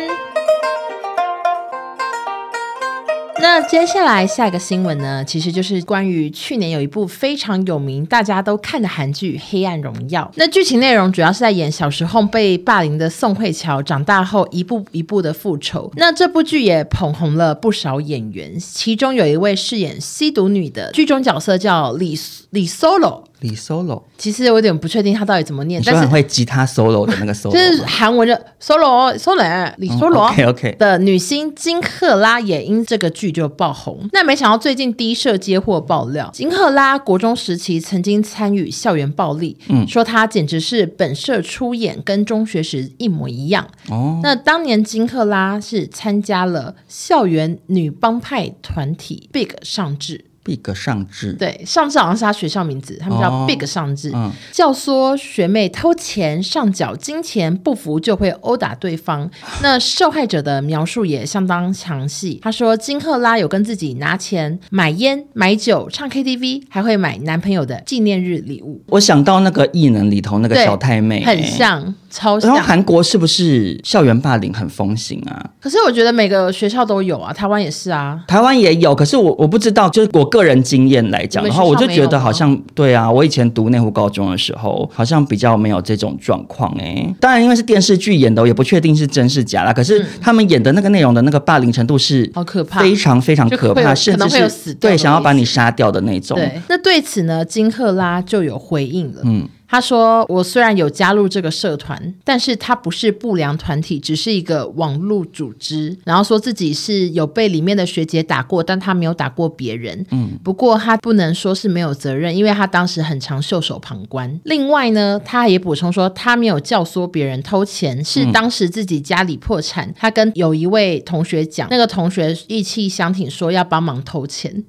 A: 那接下来下一个新闻呢，其实就是关于去年有一部非常有名、大家都看的韩剧《黑暗荣耀》。那剧情内容主要是在演小时候被霸凌的宋慧乔长大后一步一步的复仇。那这部剧也捧红了不少演员，其中有一位饰演吸毒女的剧中角色叫李李 Solo。
C: 李 solo，
A: 其实我有点不确定他到底怎么念，
C: 你说
A: 但
C: 很
A: 是
C: 会吉他 solo 的那个 solo，
A: 就是韩文的 solo solo 李 solo、
C: OK OK，
A: 的女星金赫拉也因这个剧就爆红。那没想到最近第一社接获爆料，金赫拉国中时期曾经参与校园暴力，
C: 嗯
A: 说她简直是本社出演，跟中学时一模一样。
C: 哦，
A: 那当年金赫拉是参加了校园女帮派团体 Big 上智。
C: 毕格上志，，
A: 对，上智好像是他学校名字，他们
C: 哦
A: 叫 Big 上智，
C: 嗯
A: 教唆学妹偷钱、上缴金钱，不服就会殴打对方。那受害者的描述也相当详细，他说金赫拉有跟自己拿钱买烟、买酒、唱 KTV，还会买男朋友的纪念日礼物，
C: 我想到那个异能里头那个
A: 对
C: 小太妹、
A: 很。像，超
C: 然后
A: 像。
C: 韩国是不是校园霸凌很风行啊？
A: 可是我觉得每个学校都有啊，台湾也是啊。
C: 台湾也有，可是我我不知道，就是我个人经验来讲
A: 你
C: 的
A: 们
C: 话，
A: 学校
C: 我就觉
A: 没有
C: 得
A: 吗
C: 好像对啊，我以前读内湖高中的时候，好像比较没有这种状况哎。当然，因为是电视剧演的，我也不确定是真是假啦。可是他们演的那个内容的那个霸凌程度是
A: 嗯好可怕
C: 非常非常
A: 就
C: 可
A: 会有
C: 怕，
A: 可
C: 甚
A: 能
C: 至
A: 会有
C: 是
A: 死掉的
C: 对想要把你
A: 危
C: 杀掉的那种。
A: 对，那对此呢，金赫拉就有回应了。
C: 嗯，
A: 他说：“我虽然有加入这个社团，但是他不是不良团体，只是一个网络组织。然后说自己是有被里面的学姐打过，但他没有打过别人。嗯，不过他不能说是没有责任，因为他当时很常袖手旁观。另外呢，他也补充说，他没有教唆别人偷钱，
C: 嗯
A: 是当时自己家里破产，他跟有一位同学讲，那个同学意气相挺说要帮忙偷钱。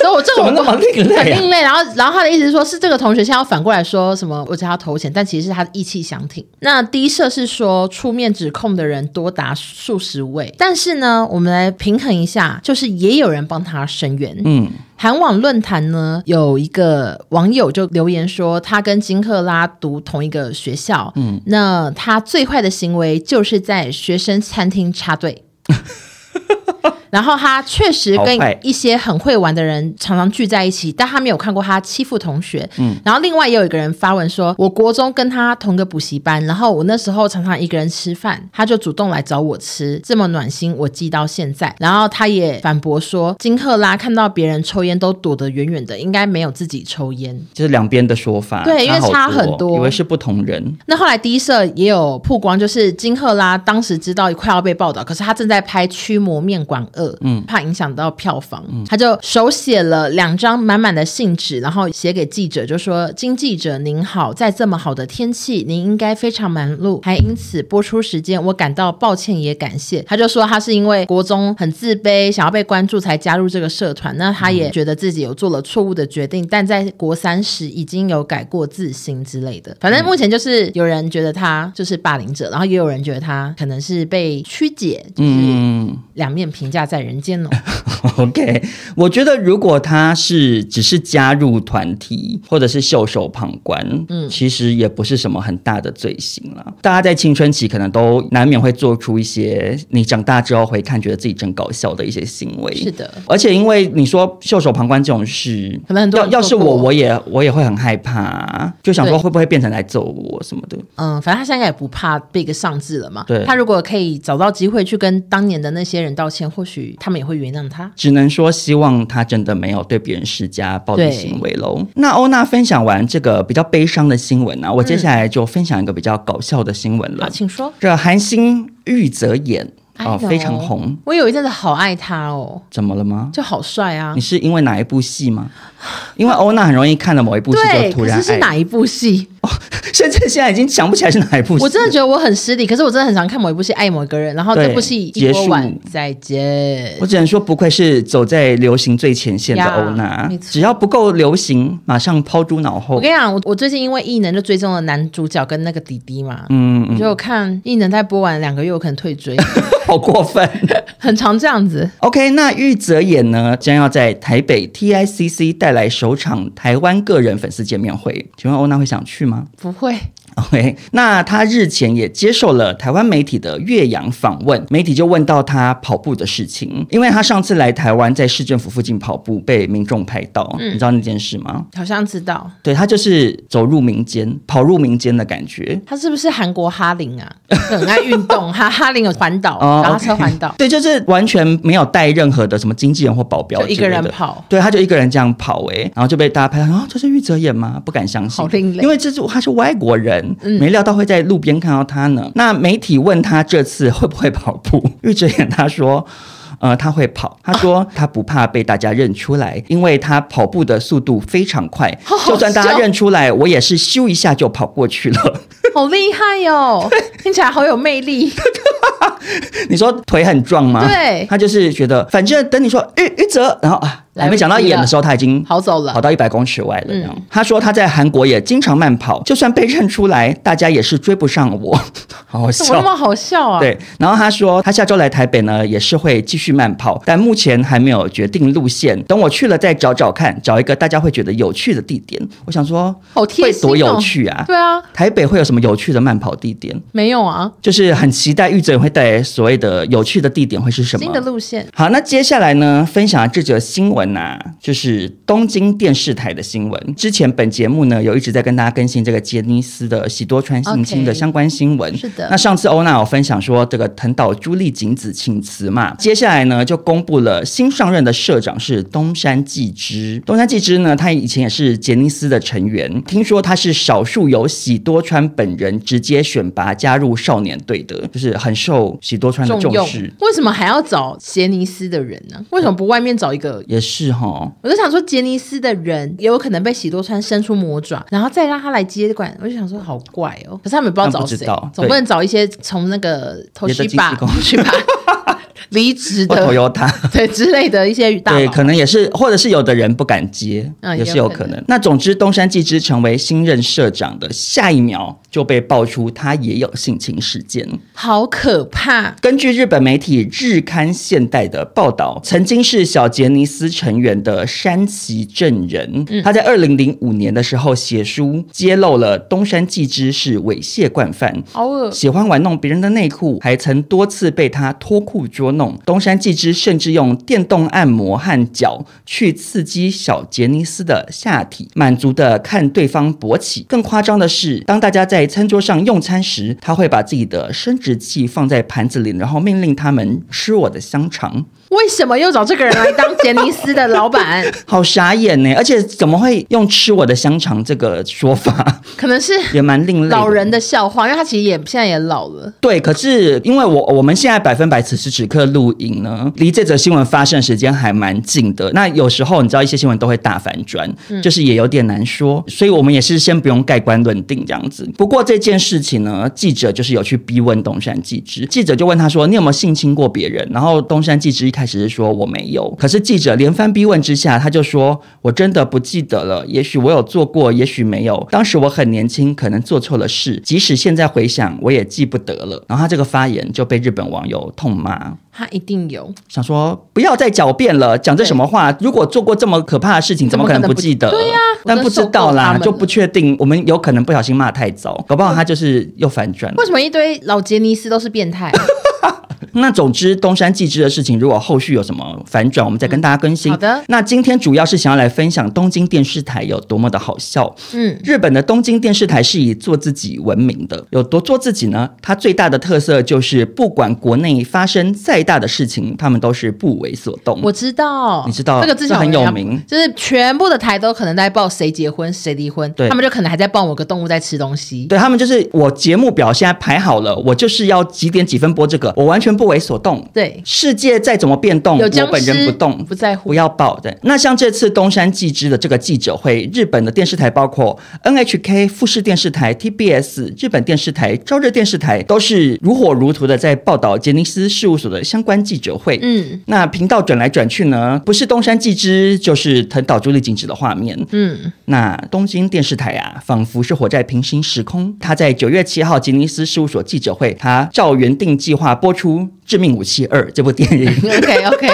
A: 所以我这个
C: 怎
A: 我
C: 么那么 另
A: 很
C: 类啊？
A: 另类。然后，然后他的意思是说，是这个同学现在要反过来说什么，我叫他投钱，但其实是他意气相挺。那第一社是说出面指控的人多达数十位，但是呢，我们来平衡一下，就是也有人帮他声援，
C: 嗯，
A: 韩网论坛呢，有一个网友就留言说，他跟金克拉读同一个学校，嗯，那他最坏的行为就是在学生餐厅插队。然后他确实跟
C: 好坏
A: 一些很会玩的人常常聚在一起，但他没有看过他欺负同学。嗯，然后另外也有一个人发文说，我国中跟他同个补习班，然后我那时候常常一个人吃饭，他就主动来找我吃，这么暖心，我记到现在。然后他也反驳说，金赫拉看到别人抽烟都躲得远远的，应该没有自己抽烟。
C: 就是两边的说法，
A: 对因为
C: 好
A: 差很
C: 多，
A: 多
C: 以为是不同人。
A: 那后来第一社也有曝光，就是金赫拉当时知道快要被报道，可是他正在拍《驱魔面馆二》，嗯，怕影响到票房，他就手写了两张满满的信纸，然后写给记者，就说：“金记者您好，在这么好的天气，您应该非常忙碌，还因此播出时间，我感到抱歉也感谢。”他就说他是因为国中很自卑，想要被关注才加入这个社团，
C: 嗯
A: 那他也觉得自己有做了错误的决定，但在国三时已经有改过自新之类的。
C: 嗯
A: 反正目前就是有人觉得他就是霸凌者，然后也有人觉得他可能是被曲解，就是
C: 嗯
A: 两面评价在人 间哦。
C: ，OK，我觉得如果他是只是加入团体或者是袖手旁观，嗯，其实也不是什么很大的罪行啦。大家在青春期可能都难免会做出一些你长大之后回看觉得自己真搞笑的一些行为。
A: 是的，
C: 而且因为你说袖手旁观这种事，
A: 可能很多
C: 要
A: 人
C: 要是
A: 做过
C: 我，我也我也会很害怕，啊就想说
A: 对
C: 会不会变成来揍我什么的。
A: 嗯，反正他现在也不怕 Big 上智了嘛。
C: 对
A: 他如果可以找到机会去跟当年的那些人道歉，或许他们也会原谅他。
C: 只能说希望他真的没有对别人施加暴力
A: 对
C: 行为喽。那欧娜分享完这个比较悲伤的新闻呢、啊我接下来就分享一个比较搞笑的新闻
A: 嗯
C: 了。
A: 好，请说。
C: 这韩星玉泽演
A: I
C: 哦，
A: know
C: 非常红，。
A: 哎我有一阵子好爱他哦，
C: 怎么了吗？
A: 就好帅啊
C: 你。是因为哪一部戏 吗？因为欧娜很容易看了某一部戏
A: 对，
C: 就突
A: 可
C: 然爱，
A: 是是哪一部戏？
C: 甚至现在已经想不起来是哪一部戏了。
A: 我真的觉得我很失礼。可是我真的很常看某一部戏，爱某一个人，然后这
C: 对
A: 部戏一
C: 结
A: 播
C: 束
A: 完再见
C: 我。只能说，不愧是走在流行最前线的
A: 呀
C: 欧娜啊
A: 没，错
C: 只要不够流行，马上抛诸脑后
A: 我。跟你讲，我我最近因为异能就追踪了男主角跟那个弟弟嘛，
C: 嗯，嗯
A: 就我看异能在播完两个月，我可能退追，
C: 好过分。
A: 很常这样子。
C: OK，那玉泽演呢将要在台北 TICC 带来首场台湾个人粉丝见面会，请问欧娜会想去吗？
A: 不会，
C: OK，那他日前也接受了台湾媒体的岳阳访问，媒体就问到他跑步的事情，因为他上次来台湾在市政府附近跑步被民众拍到，
A: 嗯
C: 你知道那件事吗？
A: 好像知道
C: 对他就是走入民间，跑入民间的感觉。
A: 他是不是韩国哈林啊？很爱运动，哈哈林有环岛，
C: 哦
A: 然后车环岛，
C: 对，就是完全没有带任何的什么经纪人或保镖
A: 就一
C: 之类
A: 个人
C: 的
A: 跑
C: 对，他就一个人这样跑、欸，然后就被大家拍到，啊，这是玉泽演吗？不敢相信，
A: 好另类嗯
C: 因为这是他是外国人，没料到会在路边看到他呢。那媒体问他这次会不会跑步， 玉泽演他说。呃，他会 跑。他说他不怕被大家认出来，因为他跑步的速度非常快，
A: 好好
C: 就算大家
A: 笑
C: 认出来，我也是咻一下就跑过去了。
A: 好厉害哟、哦，听起来好有魅力。
C: 你说腿很壮吗？
A: 对
C: 他就是觉得，反正等你说玉玉泽，然后啊，
A: 来
C: 还
A: 不及
C: 没想到演的时候，他已经
A: 跑走了嗯
C: 跑到一百公尺外了。这样，他说他在韩国也经常慢跑，就算被认出来，大家也是追不上 我，好好
A: 怎么那
C: 笑。
A: 么好笑啊？，
C: 对，然后他说他下周来台北呢，也是会继续慢跑，但目前还没有决定路线，等我去了再找找看，找一个大家会觉得有趣的地点。我想说，
A: 好贴
C: 会
A: 心、哦、
C: 多有趣啊！
A: 对啊，
C: 台北会有什么有趣的慢跑地点？
A: 没有啊，
C: 就是很期待玉泽会带来所谓的有趣的地点会是什么？
A: 新的路线
C: 好，那接下来呢，分享这则新闻呐、就是东京电视台的新闻。之前本节目呢有一直在跟大家更新这个杰尼斯的喜多川性侵的
A: 哦 OK
C: 相关新闻。
A: 是的
C: 那上次欧娜有分享说这个藤岛朱莉景子请辞嘛，接下来呢就公布了新上任的社长是东山纪之。东山纪之呢，他以前也是杰尼斯的成员，听说他是少数由喜多川本人直接选拔加入少年队的，就是很受喜多川的
A: 重用
C: 重视。，
A: 为什么还要找杰尼斯的人呢？为什么不外面找一个？
C: 也是哈，
A: 我就想说，杰尼斯的人也有可能被喜多川伸出魔爪，然后再让他来接管，我就想说好怪哦。可是他们也不知道找
C: 他们不知
A: 谁
C: 道，
A: 总不能找一些从那个头
C: 别的
A: 绪
C: 经纪
A: 吧
C: 公
A: 去吧 离职
C: 或
A: 的
C: Toyota。
A: 对之类的一些大
C: 对，
A: 佬。
C: 可能也是，或者是有的人不敢接，
A: 嗯
C: 也
A: 也
C: 是
A: 有
C: 有
A: 可
C: 可
A: 能
C: 能。那总之，东山纪之成为新任社长的下一秒就被爆出他也有性侵事件。
A: 好可怕！
C: 根据日本媒体《日刊现代》的报道，曾经是小杰尼斯成员的山崎正人，
A: 嗯
C: 他在二零零五年的时候写书揭露了东山纪之是猥亵惯犯，
A: 好恶
C: 喜欢玩弄别人的内裤，还曾多次被他脱裤捉弄。东山纪之甚至用电动按摩和脚去刺激小杰尼斯的下体，满足的看对方勃起。更夸张的是，当大家在餐桌上用餐时，他会把自己的生殖器放在盘子里，然后命 令他们吃我的香肠。
A: 为什么又找这个人来当杰尼斯的老板？
C: 好傻眼呢！而且怎么会用“吃我的香肠” 这个说法，
A: 可能是
C: 也蛮另类的。
A: 老人的笑话，因为他其实也现在也老了。
C: 对，可是因为我我们现在百分百此时此刻录影呢，离这则新闻发生的时间还蛮近的。那有时候你知道一些新闻都会大反转，就是也有点难说，所以我们也是先不用盖棺论定这样子。不过这件事情呢，记者就是有去逼问东山纪之，记者就问他说：“你有没有性侵过别人？”然后东山纪之一开始是说我没有，可是记者连番逼问之下，他就说：“我真的不记得了，也许我有做过，也许没有。当时我很年轻，可能做错了事，即使现在回想，我也记不得了。”然后他这个发言就被日本网友痛骂。
A: 他一定有，
C: 想说不要再狡辩了，讲这什么话？如果做过这么可怕的事情，怎么可能不记得？
A: 怎么可能不对呀
C: 但不知道
A: 我真受够他
C: 啦，
A: 们了
C: 就不确定。我们有可能不小心骂太早，搞不好他就是又反转了
A: 为。什么一堆老杰尼斯都是变 态？
C: 那总之，东山纪之的事情，如果后续有什么反转，我们再跟大家更新。
A: 好的
C: 那今天主要是想要来分享东京电视台有多么的好笑。
A: 嗯，
C: 日本的东京电视台是以做自己闻名的，有多做自己呢？它最大的特色就是，不管国内发生再大的事情，他们都是不为所动。
A: 我知道，
C: 你知道
A: 这个之前
C: 这很
A: 我们
C: 有名
A: 就是全部的台都可能在报谁结婚谁离婚，
C: 对
A: 他们就可能还在报某个动物在吃东西。
C: 对他们就是我节目表现在排好了，我就是要几点几分播这个，我完全不为所动。
A: 对，
C: 世界再怎么变动，
A: 有僵
C: 我
A: 尸
C: 本人不动，
A: 不在乎
C: 不。要报的。那像这次东山纪之的这个记者会，日本的电视台包括 NHK、富士电视台、TBS、日本电视台、朝日电视台，都是如火如荼的在报道杰尼斯事务所的相关记者会。
A: 嗯
C: 那频道转来转去呢，不是东山纪之，就是藤岛朱丽景子的画面。
A: 嗯，
C: 那东京电视台啊，仿佛是活在平行时空。他在九月七号吉尼斯事务所记者会，他照原定计划播出致命武器二》这部电影。
A: OK OK，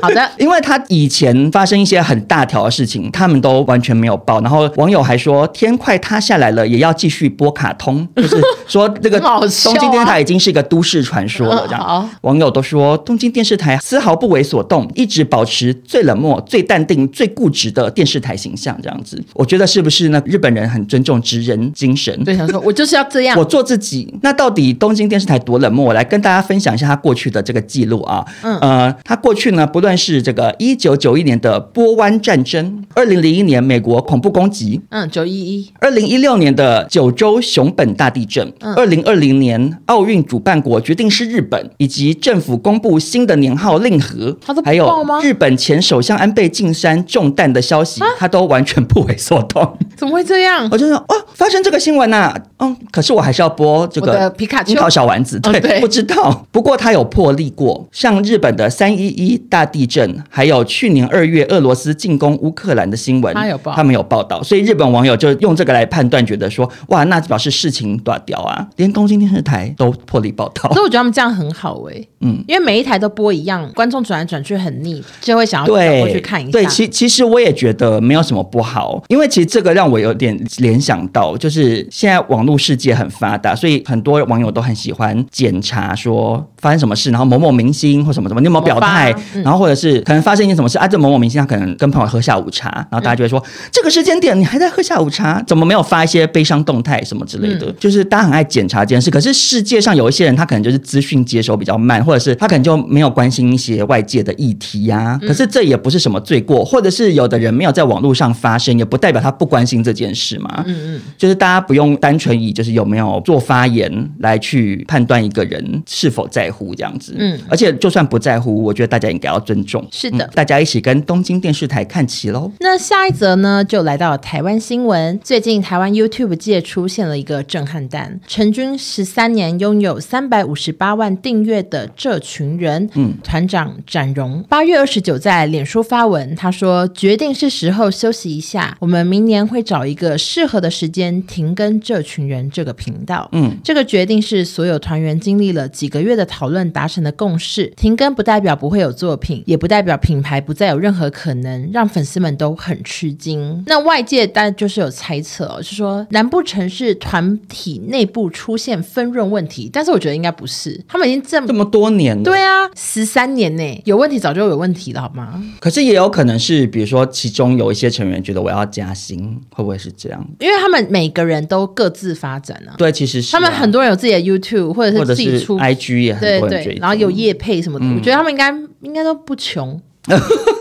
A: 好的，
C: 因为他以前发生一些很大条的事情，他们都完全没有报。然后网友还说：“天快塌下来了，也要继续播卡 通。”就是说，这个
A: 很好笑啊
C: 东京电视台已经是一个都市传说了。这样，
A: 嗯好
C: 网友都说东京电视台丝毫不为所动，一直保持最冷漠、最淡定、最固执的电视台形象。这样子，我觉得是不是呢？日本人很尊重职人精神。
A: 对，想说我就是要这样
C: 我。做自己。那到底东京电视台多冷漠？我来跟大家分享一下他过去的这个记录啊。
A: 嗯
C: 呃，他过去呢，不论是这个一九九一年的波湾战争，二零零一年美国恐怖攻击。
A: 嗯，九一一，
C: 二零一六年的九州熊本大地震，
A: 嗯
C: 二零二零年奥运主办国决定是日本，以及政府公布新的年号令和
A: 他都，不
C: 还有
A: 报吗啊
C: 日本前首相安倍晋三中弹的消息，他都完全不为所动。
A: 怎么会这样？
C: 我就说哦，发生这个新闻呐、嗯，可是我还是要播这
A: 我的
C: 个
A: 皮卡丘
C: 樱桃小丸子，
A: 哦
C: 对，
A: 对
C: 不知道。不过他有破例过，像日本的三一一大地震，还有去年二月俄罗斯进攻乌克兰的新闻，
A: 他有报
C: 他们有报道，所以日本网友就用这个来判断，觉得说哇，那表示事情大掉啊，连东京电视台都破例报道
A: 所以。我觉得他们这样很好哎、
C: 嗯
A: 嗯，因为每一台都播一样，观众转来转去很腻，就会想要转过
C: 对，
A: 去看一下。
C: 对，其其实我也觉得没有什么不好，因为其实这个让我有点联想到，就是现在网络世界很发达，所以很多网友都很喜欢检查说发生什么事，然后某某明星或什么什么，你有没有表态
A: 某发？嗯
C: 然后或者是可能发生一件什么事啊，这某某明星他可能跟朋友喝下午茶，然后大家就会说、这个时间点你还在喝下午茶，怎么没有发一些悲伤动态什么之类的？就是大家很爱检查这件事，可是世界上有一些人他可能就是资讯接收比较慢，或者是他可能就没有关心一些外界的议题呀、可是这也不是什么罪过，或者是有的人没有在网络上发声，也不代表他不关心这件事嘛。
A: 嗯嗯，
C: 就是大家不用单纯以就是有没有做发言来去判断一个人是否在乎这样子。
A: 嗯
C: 而且就算不在乎，我觉得大家应该要尊重。嗯
A: 是的嗯
C: 大家一起跟东京电视台看齐喽。
A: 那下一则呢，就来到了台湾新闻。最近台湾 YouTube 界出现了一个震撼弹，成军十三年拥有三百五十八万订阅的这群人，嗯，团长展荣八月二十九在脸书发文，他说决定是时候休息一下，我们明年会找一个适合的时间停更这群人这个频道。
C: 嗯，
A: 这个决定是所有团员经历了几个月的讨论达成的共识。停更不代表不会有作品，也不代表品牌不再有任何可能，让粉丝们都很吃惊。那外界当然就是有猜测、哦，是说难不成是团体内部出现分润问题？但是我觉得应该不是，他们已经这么
C: 这。么多年了，
A: 对啊，十三年呢，有问题早就有问题了，好吗？
C: 可是也有可能是，比如说其中有一些成员觉得我要加薪，会不会是这样？
A: 因为他们每个人都各自发展啊，
C: 对，其实是啊、
A: 他们很多人有自己的 YouTube 或者
C: 或
A: 是自
C: 者
A: 己
C: 是
A: 出
C: IG 也很
A: 对
C: 多人追
A: 对
C: 踪，，嗯
A: 然后有业配什么的，我觉得他们应该应该都不 穷，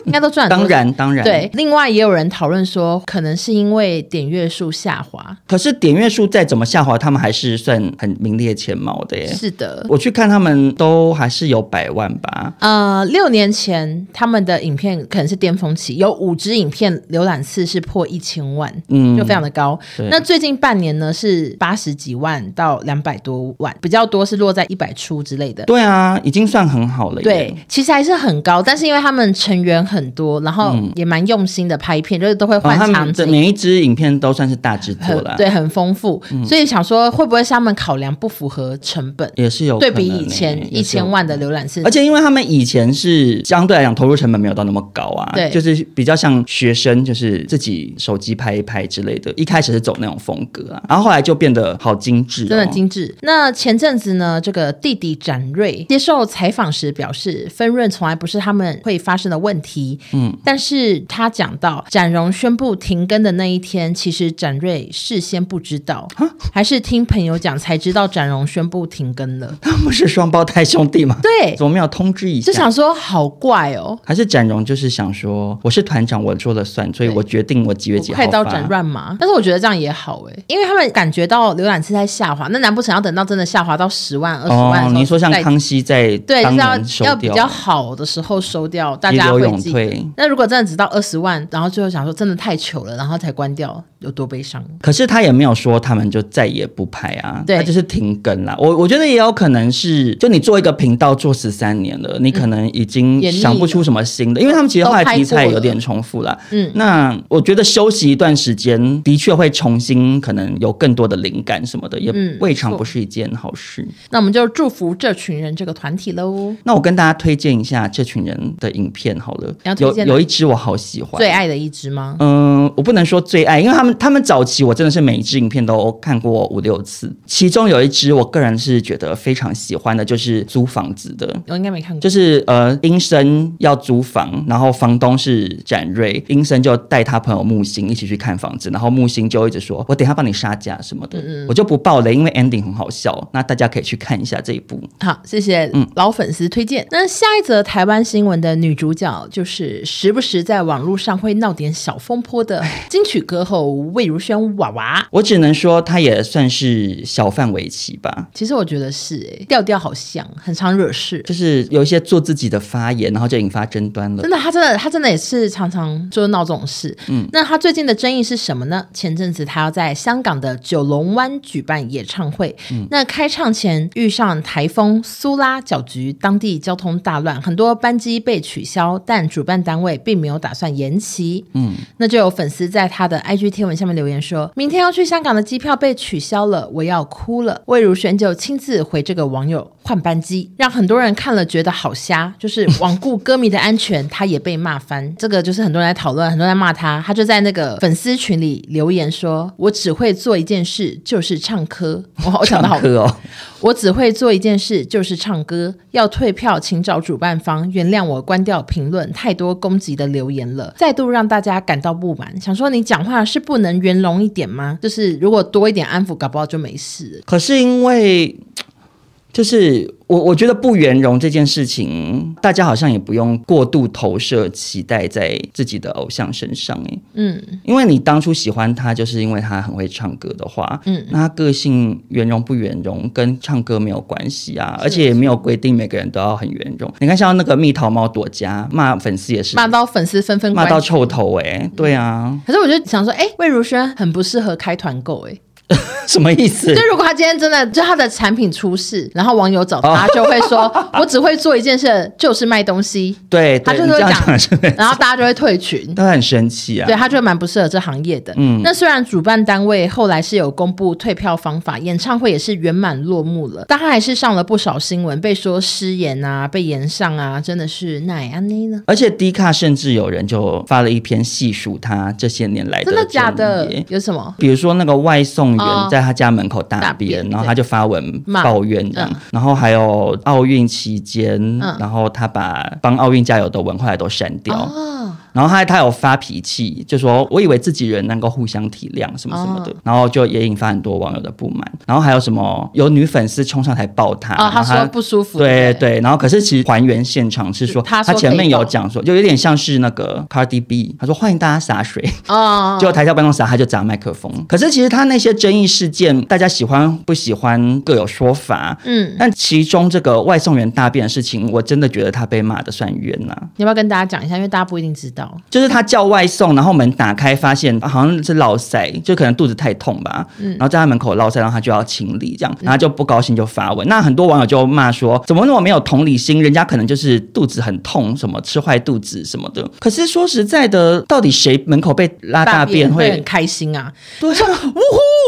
A: 应该都赚很
C: 当
A: 多。
C: 然当然
A: 对，。另外也有人讨论说，可能是因为点阅数下滑。
C: 可是点阅数再怎么下滑，他们还是算很名列前茅的耶。
A: 是的，
C: 我去看他们都还是有百万吧，
A: 呃，六年前他们的影片可能是巅峰期，有五支影片浏览次是破一千万，
C: 嗯
A: 就非常的高。
C: 对
A: 那最近半年呢是八十几万到两百多万，比较多是落在一百出之类的。
C: 对啊，已经算很好了耶。
A: 对，其实还是很高，但是因为他们成员很多，然后也蛮用心的拍片，就是都会
C: 啊，
A: 换
C: 嗯他
A: 场
C: 们
A: 景
C: 这。每一支影片都算是大制作
A: 很
C: 了，
A: 对，，很丰富，所以想说会不会是他们考量不符合成本，
C: 嗯也是有
A: 对
C: 可能
A: 比
C: 耶
A: 以前一
C: 也是有
A: 千万的浏览次
C: 而，且因为他们以前是相对来讲投入成本没有到那么高啊，
A: 对
C: 就是比较像学生，就是自己手机拍一拍之类的。一开始是走那种风格啊，然后后来就变得好精致、哦，
A: 真的 精致。那前阵子呢，这个弟弟展瑞接受采访时表示，分润从来不是他们会发生的问题。嗯，但是他讲到展荣宣布停更的那一天，其实展瑞事先不知道，还是听朋友讲才知道展荣宣布停更了。
C: 他们是双胞胎兄弟吗？
A: 对
C: 怎么没有通知一
A: 就
C: 下
A: 想？说好怪哦，
C: 还是展荣就是想说，我是团长，我说了算，所以
A: 对
C: 我决定我几月几
A: 我
C: 号
A: 快刀
C: 发
A: 斩乱麻。但是我觉得这样也好哎、因为他们感觉到浏览次在下滑，那难不成要等到真的下滑到十万、二十万的时候、，
C: 哦你说像
A: 再
C: 康熙在
A: 对，就
C: 当
A: 是要
C: 年收
A: 要比
C: 掉，
A: 较好的时候收掉，大
C: 急
A: 家
C: 流
A: 会
C: 勇
A: 记
C: 退
A: 得。那如果真的只到二十万，然后最后想说真的太糗了，然后才关掉，有多悲伤。
C: 可是他也没有说他们就再也不拍啊，
A: 对
C: 他就是停更啦。我我觉得也有可能是，就你做一个频道做十三年了，你可能已经
A: 也腻
C: 想不出什么新的，因为他们其实后来题材有点重复啦。
A: 嗯，
C: 那我觉得休息一段时间，的确会重新可能有更多的灵感什么的，也
A: 嗯
C: 未尝
A: 错
C: 不是一件好事。
A: 那我们就祝福这群人这个团体喽，
C: 那我跟大家推荐一下这群人的影片好了
A: 要，推
C: 有
A: 荐哪
C: 有一支我好喜欢，
A: 最爱的一支吗？
C: 嗯，我不能说最爱，因为他们他们早期我真的是每一支影片都看过五六次，其中有一支我个人是觉得非常喜欢的，就是租房子的。
A: 我应该没看过，
C: 就是呃，英生要租房，然后房东是展瑞，英生就带他朋友木星一起去看房子，然后木星就一直说：“我等一下帮你杀价什么的。我就不爆雷，因为 ending 很好笑，那大家可以去看一下这一部。
A: 好，谢谢
C: 嗯
A: 老粉丝推荐。那下一则台湾新闻的女主角，就是时不时在网络上会闹点小风波的金曲歌后魏如萱娃娃。
C: 我只能说，它也算是小范围期吧。
A: 其实我觉得是、欸，调调好像，很常惹事。
C: 就是有一些做自己的发言，然后就引发争端了
A: 真。的，她真的，她真的也是常常就是闹这种事。嗯，那她最近的争议是什么呢？前阵子她要在香港的九龙湾举办演唱会，那开唱前遇上台风苏拉搅局，当地交通大乱，很多班机被取消，但主办单位并没有打算延期。嗯，那就有粉丝在她的 IG 贴文下面留言说，明天要去香港的机票被取消了，我要哭了。魏如萱就亲自回这个网友换班机，让很多人看了觉得好瞎，就是罔顾歌迷的安全，她也被骂翻。 这个就是很多人在讨论，很多人在骂她，她就在那个粉丝群里留言说：“我只会做一件事，就是唱歌。”哇，我想的好
C: 唱歌哦，
A: 我只会做一件事，就是唱歌。要退票，请找主办方原谅我关掉评论，太多攻击的留言了，再度让大家感到不满。想说你讲话是不能圆融一点吗？就是如果多一点安抚，搞不好就没事了。
C: 可是因为，就是我我觉得不圆融这件事情，大家好像也不用过度投射期待在自己的偶像身上诶，
A: 嗯，
C: 因为你当初喜欢他，就是因为他很会唱歌的话，
A: 嗯
C: 嗯，那他个性圆融不圆融跟唱歌没有关系啊，而且也没有规定每个人都要很圆融。你看，像那个蜜桃猫朵家骂粉丝也是
A: 骂到粉丝纷纷
C: 骂
A: 关
C: 到
A: 注。
C: 臭头诶，对啊，
A: 可是我就想说，哎、魏如萱很不适合开团购、哎，
C: 什么意思？
A: 就如果她今天真的就她的产品出事，然后网友找她，就会说， 我只会做一件事，就是卖东西，
C: 对，
A: 他
C: 对
A: 就
C: 你
A: 是会
C: 这样
A: 讲
C: 讲是不是
A: 然后大家就会退群。
C: 他很生气啊。
A: 对，他就蛮不适合这行业的。嗯，那虽然主办单位后来是有公布退票方法，演唱会也是圆满落幕了，但他还是上了不少新闻，被说失言啊，被言上啊，真的是奈安妮呢？
C: 而且 D 卡甚至有人就发了一篇细数他这些年来
A: 真的假的
C: 争议？
A: 有什么？
C: 比如说那个外送
A: 哦
C: 员在他家门口大
A: 大
C: 便，
A: 便
C: 然后他就发文
A: 骂
C: 抱怨这样，
A: 嗯
C: 然后还有奥运期间，
A: 嗯
C: 然后他把帮奥运加油的文后来都删掉，
A: 哦，
C: 然后他他有发脾气，就说我以为自己人能够互相体谅什么什么的，
A: 哦
C: 然后就也引发很多网友的不满，然后还有什么有女粉丝冲上台抱他，
A: 哦，
C: 然
A: 他
C: 后
A: 说不舒服，
C: 对
A: 不，
C: 对，然后可是其实还原现场是说，
A: 他
C: 他
A: 说
C: 前
A: 可
C: 面
A: 以
C: 有
A: 抱
C: 讲说，就有点像是那个 Cardi B，他说欢迎大家洒水，
A: 哦，
C: 结果台下观众洒，他 就砸麦克风。可是其实他那些争议事件，大家喜欢不喜欢各有说法。
A: 嗯，
C: 但其中这个外送员大便的事情，我真的觉得他被骂的算冤呐、
A: 你要不要跟大家讲一下？因为大家不一定知道，
C: 就是他叫外送，然后门打开，发现啊好像是落塞，就可能肚子太痛吧，然后在他门口落塞，然后他就要清理这样，然后他就不高兴就发文。那很多网友就骂说，怎么那么没有同理心？人家可能就是肚子很痛，什么吃坏肚子什么的。可是说实在的，到底谁门口被拉大便
A: 会很
C: 会？
A: 开心啊，
C: 对啊，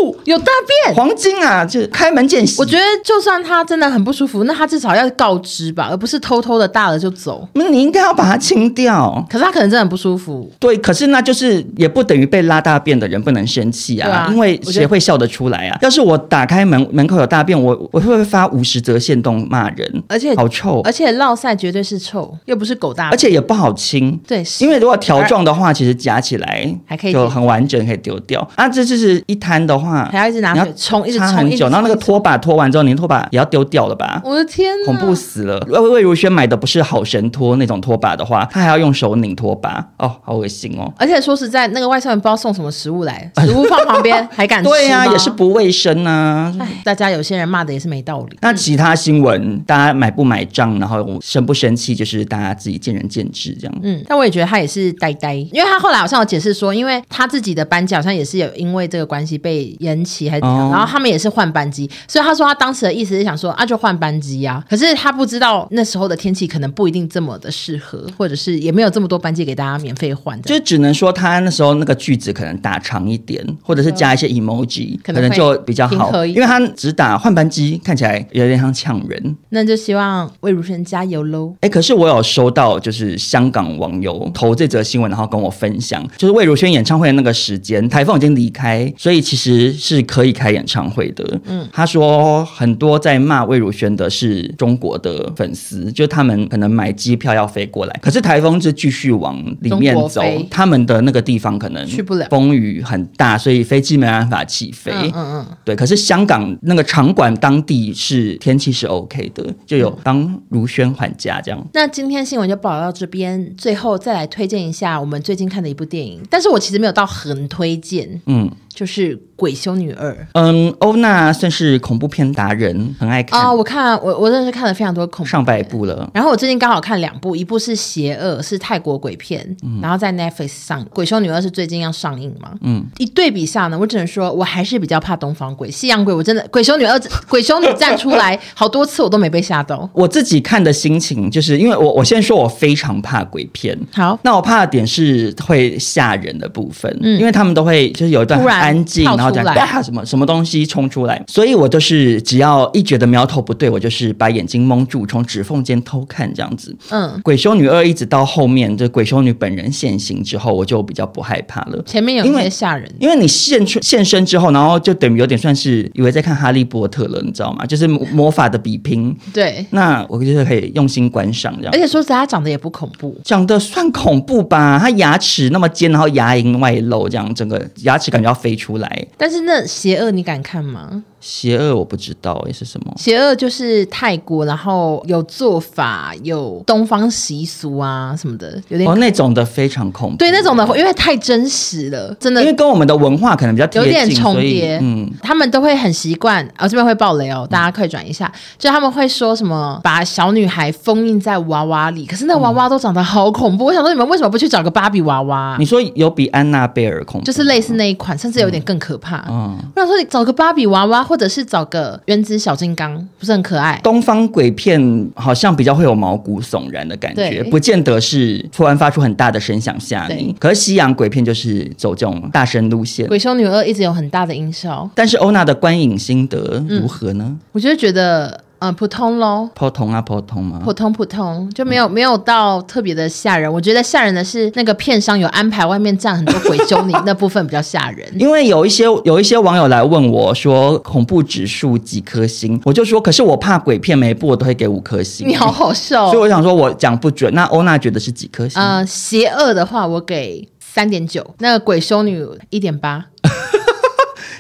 A: 呜呼，有大 便。
C: 黄金啊，就是开门见喜。
A: 我觉得，就算他真的很不舒服，那他至少要告知吧，而不是偷偷的大了就走。
C: 得你应该要把它清掉。
A: 可是他可能真的很不舒服，
C: 对，可是那就是也不等于被拉大便的人不能生气啊，
A: 对啊
C: 因为
A: 我觉得
C: 谁会笑得出来啊？要是我打开门门口有大便，我我会不会发五十则限动骂人？
A: 而且
C: 好臭，啊
A: 而且落塞绝对是臭，又不是狗大便，
C: 哦而且也不好清。
A: 对，
C: 因
A: 为
C: 为如果条状的话，其实夹起来
A: 还可以
C: 就
A: 解
C: 很完整，可以丢掉。啊，这就是一摊的话，
A: 还要一直拿
C: 你要
A: 水冲，一直
C: 擦
A: 冲，
C: 很
A: 一直
C: 久，
A: 冲
C: 然后那个，
A: 一直冲嗯
C: 拖把拖完之后，你的拖把也要丢掉了吧？
A: 我的天，
C: 恐怖！死了！魏魏如萱买的不是好神拖那种拖把的话，她还要用手拧拖把，吧？哦，好恶心哦！
A: 而且说实在，那个外送员不知道送什么食物来，食物放旁 边还敢吃
C: 对呀、
A: 吗
C: 也是不卫生啊。
A: 唉大家有些人骂的也是没道理。
C: 那其他新闻，大家买不买账，然后生不生气，就是大家自己见仁见智这样。
A: 嗯，但我也觉得他也是呆呆，因为他后来好像有解释说，因为他自己的班机好像也是有因为这个关系被延期还是怎样，
C: 哦
A: 然后他们也是换班机，所以他说他当时的意思是想说啊就换班机呀、可是他不知道那时候的天气可能不一定这么的适合，或者是也没有这么多班机给大家免费换的，
C: 就只能说他那时候那个句子可能打长一点，或者是加一些 emoji，
A: 可
C: 可
A: 能
C: 能
A: 会
C: 就比较
A: 平
C: 好。
A: 和一
C: 因为他只打换班机，看起来有点像呛人。
A: 那就希望魏如萱加油喽。
C: 哎，可是我有收到，就是香港网友投这则新闻，然后跟我分享，就是魏如萱演唱会的那个时间，台风已经离开，所以其实是可以开演唱会的。嗯，他说很多在骂魏如萱的是中国的粉丝，就他们可能买机票要飞过来，可是台风就继续往里面
A: 中国
C: 走
A: 飞，
C: 他们的那个地方可能
A: 去不了
C: 风雨很大，所以飞机没办法起飞。
A: 嗯嗯嗯，
C: 对，可是香港那个场馆当地是天气是 OK 的，就
A: 嗯
C: 有帮如萱还价这样。
A: 那今天新闻就报道到这边，最后再来推荐一下我们最近看的一部电影，但是我其实没有到很推荐，
C: 嗯
A: 就是《鬼修女二》。
C: 嗯，欧娜算是恐怖片达人，很爱看，
A: 啊、我看我我真的是看了非常多恐怖
C: 上
A: 片
C: 百。部了。
A: 然后我最近刚好看两部，一部是《邪恶》，是泰国鬼片，
C: 嗯
A: 然后在 Netflix 上，《鬼修女二》是最近要上映嘛。嗯，一对比下呢，我只能说我还是比较怕东方鬼、西洋鬼，我真的《鬼修女二》 《鬼修女》站出来好多次我都没被吓到。
C: 我自己看的心情，就是因为我我先说我非常怕鬼片。
A: 好，
C: 那我怕的点是会吓人的部分，因为他们都会就是有一段
A: 嗯突
C: 很
A: 然
C: 安静，
A: 跳
C: 然后
A: 出
C: 讲
A: 来
C: 啊什么什么东西冲出来，所以我就是只要一觉得苗头不对，我就是把眼睛蒙住，从指缝间偷看这样子。
A: 嗯，
C: 鬼修女二一直到后面，这鬼修女本人现形之后，我就比较不害怕了。
A: 前面有一
C: 因
A: 些
C: 为
A: 吓人，
C: 因为你现出现身之后，然后就等于有点算是以为在看《哈利波特》了，你知道吗？就是魔魔法的比拼。
A: 对，
C: 那我就是可以用心观赏这样
A: 而。且说实在，他长得也不恐怖，
C: 长得算恐怖吧，他牙齿那么尖，然后牙龈外露，这样整个牙齿感觉要飞出来。
A: 但是那《邪恶》你敢看吗？
C: 邪恶我不知道诶是什么
A: 《邪恶》就是泰国，然后有做法，有东方习俗啊什么的，有点
C: 哦，那种的非常恐怖，
A: 对那种的，因为太真实了，真
C: 因为
A: 的
C: 跟我们的文化可能比较贴
A: 有
C: 近，
A: 点重叠
C: 所以。嗯，
A: 他们都会很习惯，啊、这边会爆雷哦，大家快转一下。就他们会说什么把小女孩封印在娃娃里，可是那娃娃都长得好恐怖。我想说，你们为什么不去找个芭比娃娃啊、
C: 嗯你说有比安娜贝尔恐怖，
A: 就是类似那一款，甚至有点更可怕。
C: 嗯，
A: 我想说，你找个芭比娃娃，或者是找个原子小金刚，不是很可爱？
C: 东方鬼片好像比较会有毛骨悚然的感觉
A: 对，
C: 不见得是突然发出很大的声响吓
A: 对
C: 你。可是西洋鬼片就是走这种大声路线。
A: 鬼修女二一直有很大的音效，
C: 但是欧娜的观影心得
A: 嗯
C: 如何呢？
A: 我就觉得，嗯、普通咯。
C: 普通啊，嗯普通吗？
A: 普通普通，就没有没有到特别的吓人。我觉得吓人的是那个片商有安排外面站很多鬼修女那部分比较吓人。
C: 因为有一些有一些网友来问我说恐怖指数几颗星，我就说可是我怕鬼片每一部我都会给五颗 星，
A: 你好好笑
C: 所以
A: 哦，
C: 我想说我讲不准。那欧娜觉得是几颗星？
A: 呃，邪恶的话我给三点九，那个鬼修女一点八，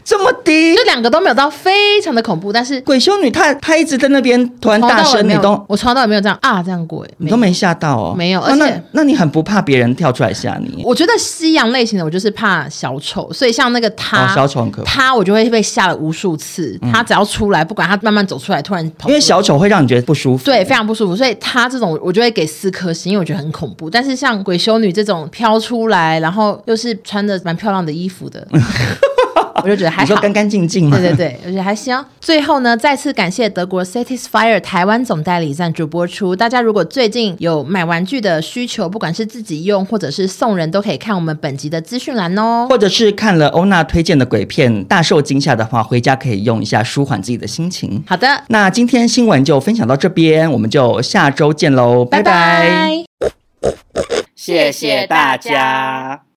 C: 这么低
A: 就？两个都没有到非常的恐怖，但是
C: 鬼修女她她一直在那边突然
A: 从头
C: 大
A: 到尾
C: 声，
A: 没
C: 你
A: 有
C: 都
A: 我从头到尾没有这样啊这样过，哎
C: 你都。没吓到哦？
A: 没有
C: 哦
A: 而且
C: 那那你很不怕别人跳出来吓你？
A: 我觉得西洋类型的我就是怕小丑，所以像那个他、
C: 哦小丑很可怕嗯
A: 他我就会被吓了无数次。他只要出来，不管他慢慢走出来，突然跑出来，
C: 因为小丑会让你觉得不舒服。
A: 对，非常不舒服。所以他这种我就会给四颗星，因为我觉得很恐怖。但是像鬼修女这种飘出来，然后又是穿着蛮漂亮的衣服 的，我就觉得还
C: 你说
A: 好。
C: 干干净净嘛。
A: 对对对，我觉得还行。最后呢，再次感谢德国 Satisfyer 台湾总代理赞助播出。大家如果最近有买玩具的需求，不管是自己用或者是送人，都可以看我们本集的资讯栏哦。
C: 或者是看了欧娜推荐的鬼片大受惊吓的话，回家可以用一下，舒缓自己的心情。
A: 好的，
C: 那今天新闻就分享到这边，我们就下周见喽，
A: 拜
C: 拜拜
A: 拜
B: 谢谢大家。